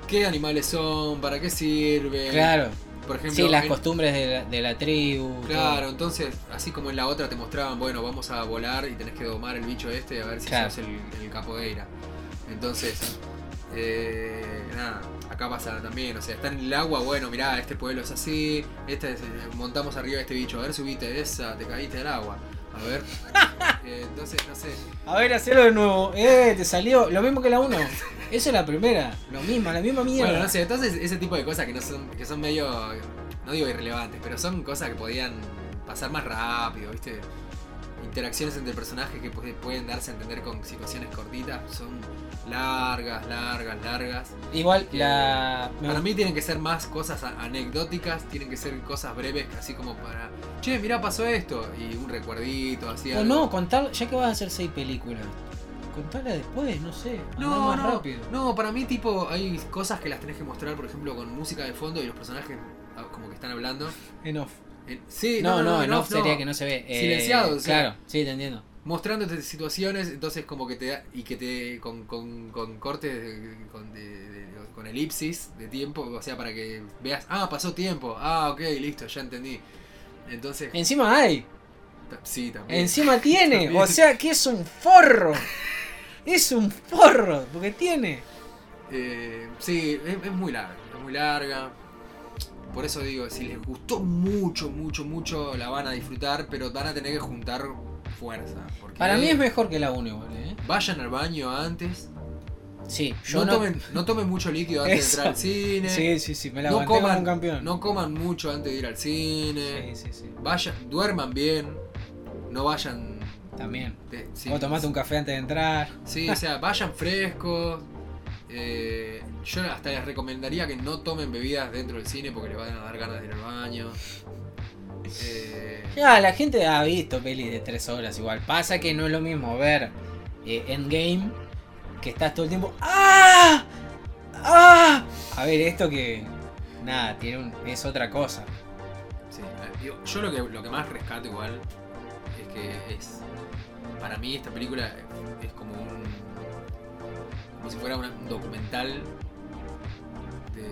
[SPEAKER 2] qué animales son, para qué sirven.
[SPEAKER 1] Claro.
[SPEAKER 2] Por ejemplo,
[SPEAKER 1] Sí, las
[SPEAKER 2] en-
[SPEAKER 1] costumbres de la, de la tribu.
[SPEAKER 2] Claro, entonces, así como en la otra te mostraban, bueno, vamos a volar y tenés que domar el bicho este a ver si
[SPEAKER 1] Claro.
[SPEAKER 2] sos el, el capoeira. Entonces, eh, nada, acá pasa también, o sea, está en el agua, bueno, mirá, este pueblo es así, este es- montamos arriba de este bicho, a ver, subite esa, te caíste del agua, a ver. Eh, entonces, no sé,
[SPEAKER 1] todo. A ver, hacelo de nuevo. Eh, te salió lo mismo que la 1. Eso es la primera. Lo mismo, la misma mierda.
[SPEAKER 2] Bueno, no sé, entonces ese tipo de cosas que no son, que son medio, no digo irrelevantes, pero son cosas que podían pasar más rápido, ¿viste? Interacciones entre personajes que pu- pueden darse a entender con situaciones cortitas, son largas, largas, largas.
[SPEAKER 1] Igual la... me
[SPEAKER 2] Para mí tienen que ser más cosas a- anecdóticas, tienen que ser cosas breves, así como para, che, mirá, pasó esto, y un recuerdito, así
[SPEAKER 1] O
[SPEAKER 2] algo.
[SPEAKER 1] no, contar, ya que vas a hacer seis películas, contarla después, no sé. andá
[SPEAKER 2] No,
[SPEAKER 1] más
[SPEAKER 2] no,
[SPEAKER 1] rápido.
[SPEAKER 2] no, para mí tipo hay cosas que las tenés que mostrar, por ejemplo, con música de fondo y los personajes ah, como que están hablando.
[SPEAKER 1] En off.
[SPEAKER 2] En- Eh, Sí,
[SPEAKER 1] No, no, en
[SPEAKER 2] en
[SPEAKER 1] off
[SPEAKER 2] off
[SPEAKER 1] sería que no se ve. Eh,
[SPEAKER 2] Silenciado, o sea.
[SPEAKER 1] Claro, sí, te entiendo.
[SPEAKER 2] Mostrándote situaciones, entonces como que te da- y que te con, con, con cortes, de- con, de- de- con elipsis de tiempo, o sea, para que veas, ah, pasó tiempo, ah, ok, listo, ya entendí. Entonces,
[SPEAKER 1] Encima hay,
[SPEAKER 2] ta- sí, también.
[SPEAKER 1] encima tiene.
[SPEAKER 2] También.
[SPEAKER 1] O sea que es un forro. Es un forro, porque tiene.
[SPEAKER 2] Eh, sí, es, es muy larga, es muy larga. Por eso digo, si les gustó mucho, mucho, mucho, la van a disfrutar, pero van a tener que juntar fuerza. porque
[SPEAKER 1] Para mí es mejor que la 1 igual, ¿eh?
[SPEAKER 2] Vayan al baño antes.
[SPEAKER 1] Sí, yo
[SPEAKER 2] no,
[SPEAKER 1] no...
[SPEAKER 2] Tomen, no tomen mucho líquido antes
[SPEAKER 1] Eso.
[SPEAKER 2] de entrar al cine.
[SPEAKER 1] Sí, sí, sí, me la
[SPEAKER 2] no,
[SPEAKER 1] aguanté como
[SPEAKER 2] coman,
[SPEAKER 1] un campeón.
[SPEAKER 2] no coman mucho antes de ir al cine.
[SPEAKER 1] Sí, sí, sí.
[SPEAKER 2] Vayan, duerman bien. No vayan.
[SPEAKER 1] También.
[SPEAKER 2] de- sin-
[SPEAKER 1] Vos tomaste un café antes de entrar.
[SPEAKER 2] Sí, o sea, vayan frescos. Eh, yo hasta les recomendaría que no tomen bebidas dentro del cine porque les van a dar ganas de ir al baño. Eh,
[SPEAKER 1] Ya, la gente ha visto pelis de tres horas igual. Pasa que no es lo mismo ver eh, Endgame, que estás todo el tiempo. ¡Ah! ¡Ah! A ver, esto que. Nada, tiene un- es otra cosa.
[SPEAKER 2] sí, eh, digo, yo lo que, lo que más rescato igual es que es. Para mí esta película es como un. como si fuera una- un documental de.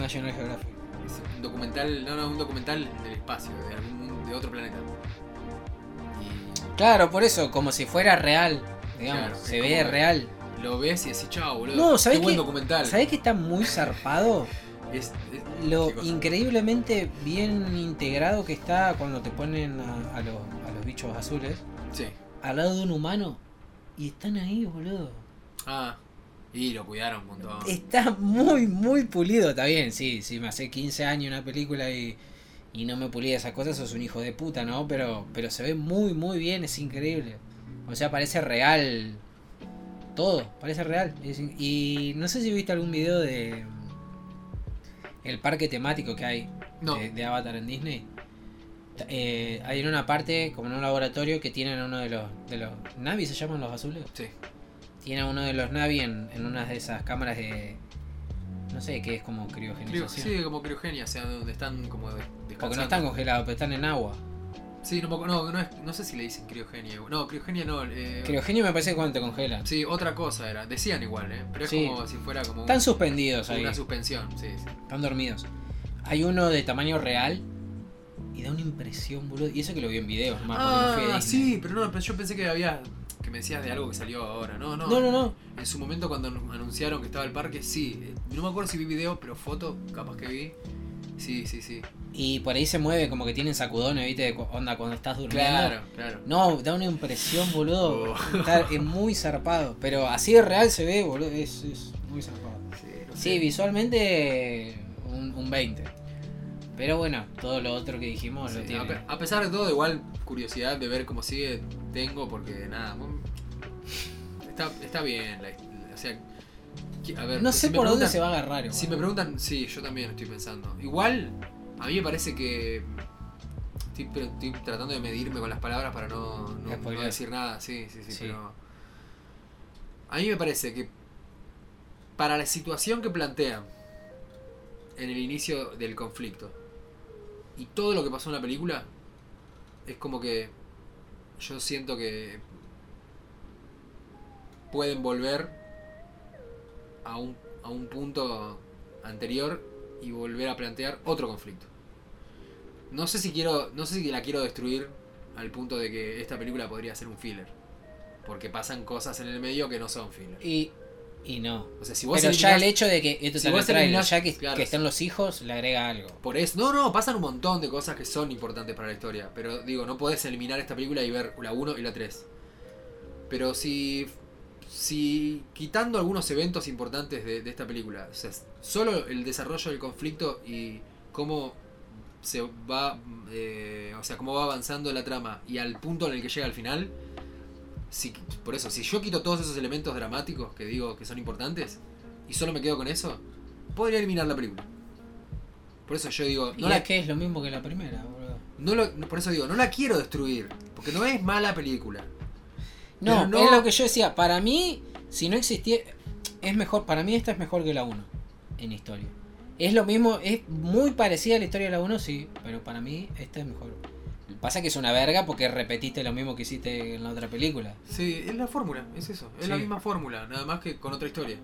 [SPEAKER 1] National Geographic.
[SPEAKER 2] Es un documental, no, no, un documental del espacio, de algún de otro planeta. Y
[SPEAKER 1] Claro, por eso, como si fuera real. Digamos,
[SPEAKER 2] Claro,
[SPEAKER 1] se
[SPEAKER 2] es
[SPEAKER 1] ve
[SPEAKER 2] como-
[SPEAKER 1] real.
[SPEAKER 2] lo ves y decís, chao, boludo.
[SPEAKER 1] No, ¿sabés
[SPEAKER 2] qué buen
[SPEAKER 1] qué?
[SPEAKER 2] documental.
[SPEAKER 1] ¿Sabés que está muy zarpado?
[SPEAKER 2] Es- es-
[SPEAKER 1] Lo
[SPEAKER 2] qué cosa.
[SPEAKER 1] increíblemente bien integrado que está cuando te ponen a, a los, a los bichos azules
[SPEAKER 2] Sí.
[SPEAKER 1] al lado de un humano y están ahí, boludo.
[SPEAKER 2] Ah. Y lo cuidaron un montón.
[SPEAKER 1] Está muy, muy pulido, está bien, sí, si me hace 15 años una película y, y no me pulía esas cosas, sos un hijo de puta, ¿no? Pero, pero se ve muy, muy bien, es increíble. O sea, parece real. Todo, parece real. Es in- y no sé si viste algún video de mm, el parque temático que hay
[SPEAKER 2] No.
[SPEAKER 1] de, de Avatar en Disney. Ta- eh, hay en una parte, como en un laboratorio, que tienen uno de los, de los... ¿Navi se llaman los azules?
[SPEAKER 2] Sí.
[SPEAKER 1] tiene a uno de los Navi en, en una de esas cámaras de. No sé qué es como
[SPEAKER 2] Creo-
[SPEAKER 1] criogenización.
[SPEAKER 2] sí, como criogenia, o sea, donde están como de, descansando.
[SPEAKER 1] Porque no están congelados, pero están en agua.
[SPEAKER 2] Sí, no, me acu- no, no, es- no sé si le dicen criogenia. No, criogenia no. eh,
[SPEAKER 1] Criogenio me parece que cuando te congelan.
[SPEAKER 2] Sí, otra cosa era. Decían igual, ¿eh? Pero es
[SPEAKER 1] Sí.
[SPEAKER 2] como si fuera como un-
[SPEAKER 1] Están suspendidos ahí,
[SPEAKER 2] una suspensión. Sí, sí.
[SPEAKER 1] están dormidos. Hay uno de tamaño real y da una impresión, boludo. Y eso que lo vi en videos, más porque no fui a
[SPEAKER 2] Ah,
[SPEAKER 1] Disney.
[SPEAKER 2] sí, pero no, pero yo pensé que había. que me decías de algo que salió ahora. No, no.
[SPEAKER 1] No, no, no.
[SPEAKER 2] En su momento, cuando anu- anunciaron que estaba el parque, sí. Eh, No me acuerdo si vi video, pero foto, capaz que vi. Sí, sí, sí.
[SPEAKER 1] Y por ahí se mueve como que tienen sacudones, viste, de cu- onda cuando estás durmiendo.
[SPEAKER 2] claro.
[SPEAKER 1] No, da una impresión, boludo.
[SPEAKER 2] Oh.
[SPEAKER 1] Está- es muy zarpado. Pero así de real se ve, boludo. Es, es muy zarpado.
[SPEAKER 2] Sí, no
[SPEAKER 1] Sí,
[SPEAKER 2] sé.
[SPEAKER 1] visualmente un, un 20. Pero bueno, todo lo otro que dijimos
[SPEAKER 2] Sí,
[SPEAKER 1] lo
[SPEAKER 2] a,
[SPEAKER 1] tiene.
[SPEAKER 2] pe- a pesar de todo, igual curiosidad de ver cómo sigue tengo, porque nada. mm, Está, está bien. la- o sea, qui- a ver.
[SPEAKER 1] No
[SPEAKER 2] si
[SPEAKER 1] sé
[SPEAKER 2] me
[SPEAKER 1] por dónde
[SPEAKER 2] preguntan-
[SPEAKER 1] se va a agarrar.
[SPEAKER 2] Si me
[SPEAKER 1] igual.
[SPEAKER 2] preguntan, sí, yo también estoy pensando. Igual, a mí me parece que. Estoy, pero estoy tratando de medirme con las palabras para no, no- no
[SPEAKER 1] Spoilear.
[SPEAKER 2] decir nada, sí, sí, sí,
[SPEAKER 1] Sí.
[SPEAKER 2] pero. A mí me parece que. Para la situación que plantean en el inicio del conflicto y todo lo que pasó en la película, es como que. Yo siento que. Pueden volver a un, a un punto anterior y volver a plantear otro conflicto. No sé si quiero, no sé si la quiero destruir al punto de que esta película podría ser un filler, porque pasan cosas en el medio que no son filler.
[SPEAKER 1] Y, y no.
[SPEAKER 2] O sea, si vos
[SPEAKER 1] Pero ya
[SPEAKER 2] eliminás-
[SPEAKER 1] el hecho de que esto
[SPEAKER 2] si
[SPEAKER 1] está en el
[SPEAKER 2] vos
[SPEAKER 1] trailer,
[SPEAKER 2] eliminás-
[SPEAKER 1] ya que,
[SPEAKER 2] claro.
[SPEAKER 1] que están los hijos, le agrega algo.
[SPEAKER 2] por eso, no, no, pasan un montón de cosas que son importantes para la historia, pero digo, no podés eliminar esta película y ver la 1 y la 3. Pero si si quitando algunos eventos importantes de, de esta película, o sea, solo el desarrollo del conflicto y cómo se va, eh, o sea, cómo va avanzando la trama y al punto en el que llega al final, si, por eso, si yo quito todos esos elementos dramáticos que digo que son importantes y solo me quedo con eso, podría eliminar la película. Por eso yo digo, no
[SPEAKER 1] y
[SPEAKER 2] la,
[SPEAKER 1] es que es lo mismo que la primera, boludo.
[SPEAKER 2] no lo- por eso digo, no la quiero destruir, porque no es mala película.
[SPEAKER 1] No,
[SPEAKER 2] Pero no-
[SPEAKER 1] es lo que yo decía. Para mí, si no existía. Es mejor. Para mí, esta es mejor que la 1 en historia. Es lo mismo, es muy parecida a la historia de la 1, sí. Pero para mí, esta es mejor. Pasa que es una verga porque repetiste lo mismo que hiciste en la otra película. [LAUGHS]
[SPEAKER 2] Sí, es la fórmula, es eso. Es la
[SPEAKER 1] Sí.
[SPEAKER 2] misma fórmula, nada más que con otra historia.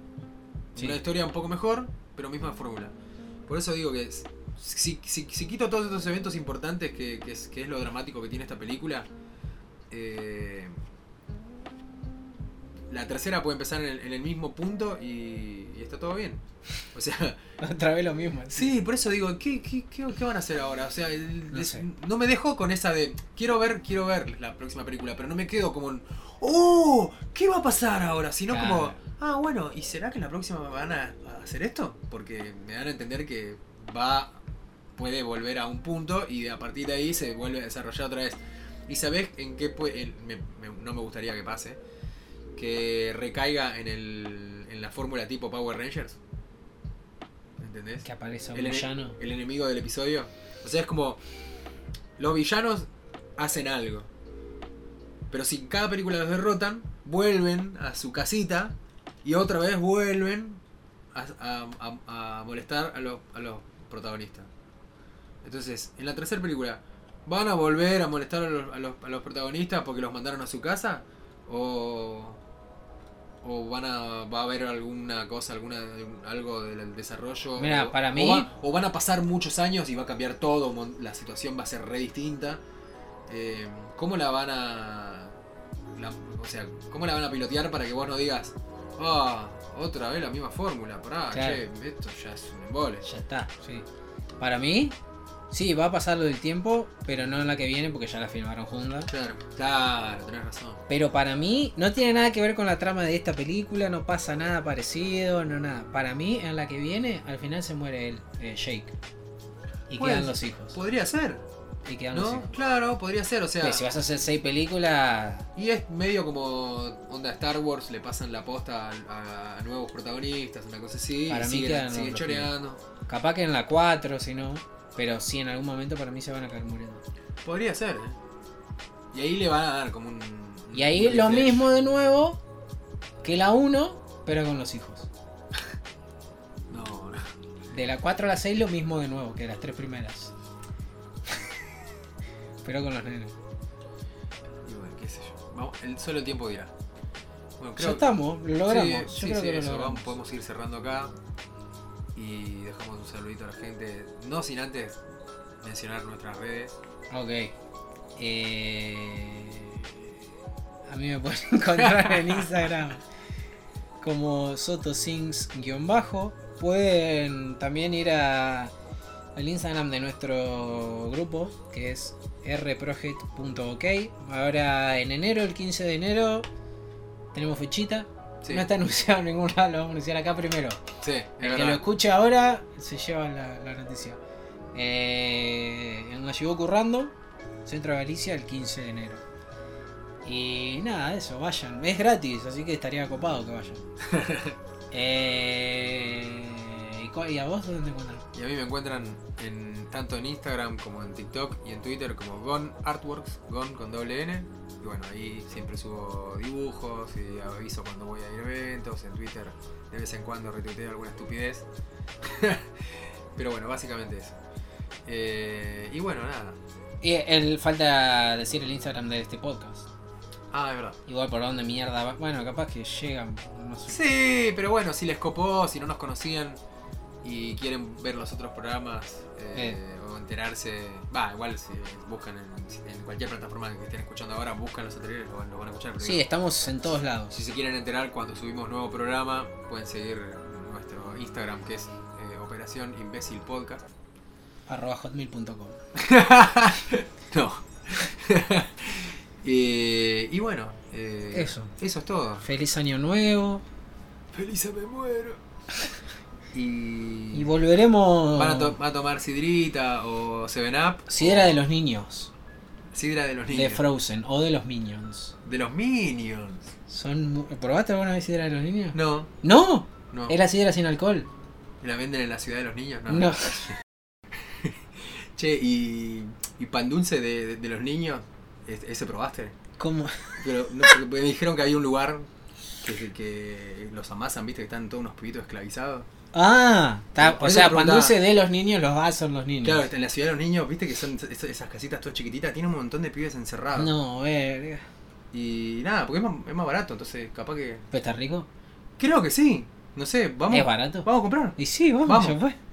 [SPEAKER 1] Sí.
[SPEAKER 2] Una historia un poco mejor, pero misma fórmula. Por eso digo que es- si, si- si quito todos estos eventos importantes que, que es, que es lo dramático que tiene esta película, eh, la tercera puede empezar en el, en el mismo punto y, y está todo bien. O sea,
[SPEAKER 1] Otra vez lo mismo.
[SPEAKER 2] sí, por eso digo, ¿qué, qué, qué, qué van a hacer ahora? O sea, el-
[SPEAKER 1] No
[SPEAKER 2] es-
[SPEAKER 1] sé.
[SPEAKER 2] no me dejo con esa de, quiero ver, quiero ver la próxima película, pero no me quedo como, un, ¡oh! ¿Qué va a pasar ahora? Sino como,
[SPEAKER 1] Claro.
[SPEAKER 2] ah, bueno, ¿y será que en la próxima me van a a hacer esto? Porque me dan a entender que va, puede volver a un punto y a partir de ahí se vuelve a desarrollar otra vez. ¿Y sabés en qué puede, en- me- me- no me gustaría que pase? Que recaiga en, el, en la fórmula tipo Power Rangers. ¿Entendés?
[SPEAKER 1] Que aparece un
[SPEAKER 2] el, ene-
[SPEAKER 1] villano.
[SPEAKER 2] el enemigo del episodio. O sea, es como. Los villanos hacen algo. Pero si en cada película los derrotan, vuelven a su casita y otra vez vuelven a, a- a- a molestar a los, a los protagonistas. Entonces, en la tercera película, ¿van a volver a molestar a los, a los- a los protagonistas porque los mandaron a su casa? ¿O, o van a, va a haber alguna cosa, alguna algo del desarrollo?
[SPEAKER 1] Mira,
[SPEAKER 2] o-
[SPEAKER 1] para
[SPEAKER 2] o
[SPEAKER 1] mí-
[SPEAKER 2] va- o van a pasar muchos años y va a cambiar todo, mon- la situación va a ser re distinta. Eh, ¿Cómo la van a. la- o sea, ¿cómo la van a pilotear para que vos no digas, ah, otra vez la misma fórmula, pará,
[SPEAKER 1] Claro.
[SPEAKER 2] che, esto ya es un embole.
[SPEAKER 1] Ya está, sí. Para mí, sí, va a pasar lo del tiempo, pero no en la que viene porque ya la filmaron juntas.
[SPEAKER 2] Claro, claro, tenés razón.
[SPEAKER 1] Pero para mí no tiene nada que ver con la trama de esta película, no pasa nada parecido, no nada. Para mí, en la que viene, al final se muere él, eh, Jake. Y
[SPEAKER 2] Pues,
[SPEAKER 1] quedan los hijos.
[SPEAKER 2] Podría ser,
[SPEAKER 1] Y quedan los
[SPEAKER 2] ¿no?
[SPEAKER 1] hijos.
[SPEAKER 2] Claro, podría ser, o sea.
[SPEAKER 1] Que si vas a hacer seis películas,
[SPEAKER 2] Y es medio como onda Star Wars, le pasan la posta a, a nuevos protagonistas, una cosa así,
[SPEAKER 1] Para
[SPEAKER 2] y
[SPEAKER 1] mí
[SPEAKER 2] siguen,
[SPEAKER 1] quedan
[SPEAKER 2] siguen
[SPEAKER 1] otros
[SPEAKER 2] choreando.
[SPEAKER 1] capaz que en la 4, si no. Pero sí, en algún momento para mí se van a caer muriendo.
[SPEAKER 2] Podría ser, ¿eh? Y ahí le van a dar como un.
[SPEAKER 1] Y ahí
[SPEAKER 2] un
[SPEAKER 1] lo
[SPEAKER 2] refresh.
[SPEAKER 1] mismo de nuevo que la 1, pero con los hijos.
[SPEAKER 2] No, no.
[SPEAKER 1] De la 4 a la 6 lo mismo de nuevo que las tres primeras. [LAUGHS] Pero con los nenes.
[SPEAKER 2] Y bueno, qué sé yo. Vamos, el solo tiempo dirá. Bueno,
[SPEAKER 1] ya estamos, lo logramos.
[SPEAKER 2] Sí,
[SPEAKER 1] Yo
[SPEAKER 2] sí,
[SPEAKER 1] creo
[SPEAKER 2] sí,
[SPEAKER 1] que lo
[SPEAKER 2] eso,
[SPEAKER 1] logramos.
[SPEAKER 2] vamos, podemos ir cerrando acá. Y dejamos un saludito a la gente. No sin antes mencionar nuestras redes.
[SPEAKER 1] Ok. Eh, A mí me pueden [LAUGHS] encontrar en Instagram como sotosings-bajo. Pueden también ir a, al Instagram de nuestro grupo, que es rproject.ok. Ahora en enero, el 15 de enero, tenemos fechita.
[SPEAKER 2] Sí,
[SPEAKER 1] No está [LAUGHS] anunciado en ningún lado, lo vamos a anunciar acá primero.
[SPEAKER 2] sí es
[SPEAKER 1] El que
[SPEAKER 2] verdad.
[SPEAKER 1] lo escucha ahora se lleva la, la noticia. Eh, en Galligoku Random, Centro de Galicia, el 15 de enero. Y nada, eso, vayan. Es gratis, así que estaría copado que
[SPEAKER 2] [LAUGHS]
[SPEAKER 1] vayan. Eh, ¿y, cu- y a vos dónde te encuentran?
[SPEAKER 2] Y a mí me encuentran en, tanto en Instagram como en TikTok y en Twitter como Gon Artworks, Gon con doble N. Y bueno, ahí siempre subo dibujos y aviso cuando voy a ir a eventos. En Twitter de vez en cuando retuiteo alguna estupidez. [LAUGHS] Pero bueno, básicamente eso. Eh, y bueno, nada.
[SPEAKER 1] Y el, falta decir el Instagram de este podcast.
[SPEAKER 2] Ah, es verdad.
[SPEAKER 1] Igual por dónde mierda va. Bueno, capaz que llegan. No sé.
[SPEAKER 2] Sí, pero bueno, si les copó, si no nos conocían y quieren ver los otros programas eh, o enterarse, va, igual si buscan en, en cualquier plataforma que estén escuchando ahora, buscan los anteriores, lo, van- lo van a escuchar. Pero
[SPEAKER 1] Sí,
[SPEAKER 2] digo,
[SPEAKER 1] estamos en todos lados.
[SPEAKER 2] si se quieren enterar cuando subimos nuevo programa, pueden seguir nuestro Instagram que es eh, Operación Imbécil Podcast. [LAUGHS]
[SPEAKER 1] Arroba hotmail.com.
[SPEAKER 2] no. [LAUGHS] Eh, y bueno, eh,
[SPEAKER 1] Eso.
[SPEAKER 2] Eso es todo.
[SPEAKER 1] Feliz año nuevo.
[SPEAKER 2] Feliz me muero.
[SPEAKER 1] Y volveremos.
[SPEAKER 2] Van a, to- van a tomar sidrita o 7-Up.
[SPEAKER 1] Si era de los niños,
[SPEAKER 2] Sidra de los
[SPEAKER 1] de
[SPEAKER 2] niños. De,
[SPEAKER 1] Frozen o de los Minions.
[SPEAKER 2] los Minions.
[SPEAKER 1] Son mu- ¿Probaste alguna vez sidra de los niños?
[SPEAKER 2] No,
[SPEAKER 1] ¡No!
[SPEAKER 2] no.
[SPEAKER 1] ¿Es la sidra sin alcohol?
[SPEAKER 2] ¿La venden en la ciudad de los niños? No.
[SPEAKER 1] No. [LAUGHS]
[SPEAKER 2] Che, y, y pan dulce de, de- de los niños. ¿Es- ¿Ese probaste?
[SPEAKER 1] ¿Cómo?
[SPEAKER 2] Pero no, porque me dijeron que había un lugar que, que los amasan, viste, que están todos unos pibitos esclavizados.
[SPEAKER 1] Ah, ta-
[SPEAKER 2] Por
[SPEAKER 1] o
[SPEAKER 2] eso
[SPEAKER 1] sea,
[SPEAKER 2] te
[SPEAKER 1] pan
[SPEAKER 2] preguntaba.
[SPEAKER 1] dulce de los niños los vas son los niños.
[SPEAKER 2] Claro, en la ciudad de los niños, viste que son es- esas casitas todas chiquititas, tiene un montón de pibes encerrados.
[SPEAKER 1] No, verga.
[SPEAKER 2] Y nada, porque es más, es más barato, entonces capaz que.
[SPEAKER 1] ¿Pero está rico?
[SPEAKER 2] Creo que sí. No sé, vamos.
[SPEAKER 1] ¿Es barato?
[SPEAKER 2] Vamos a comprar.
[SPEAKER 1] Y sí, vamos,
[SPEAKER 2] Vamos.
[SPEAKER 1] ya fue.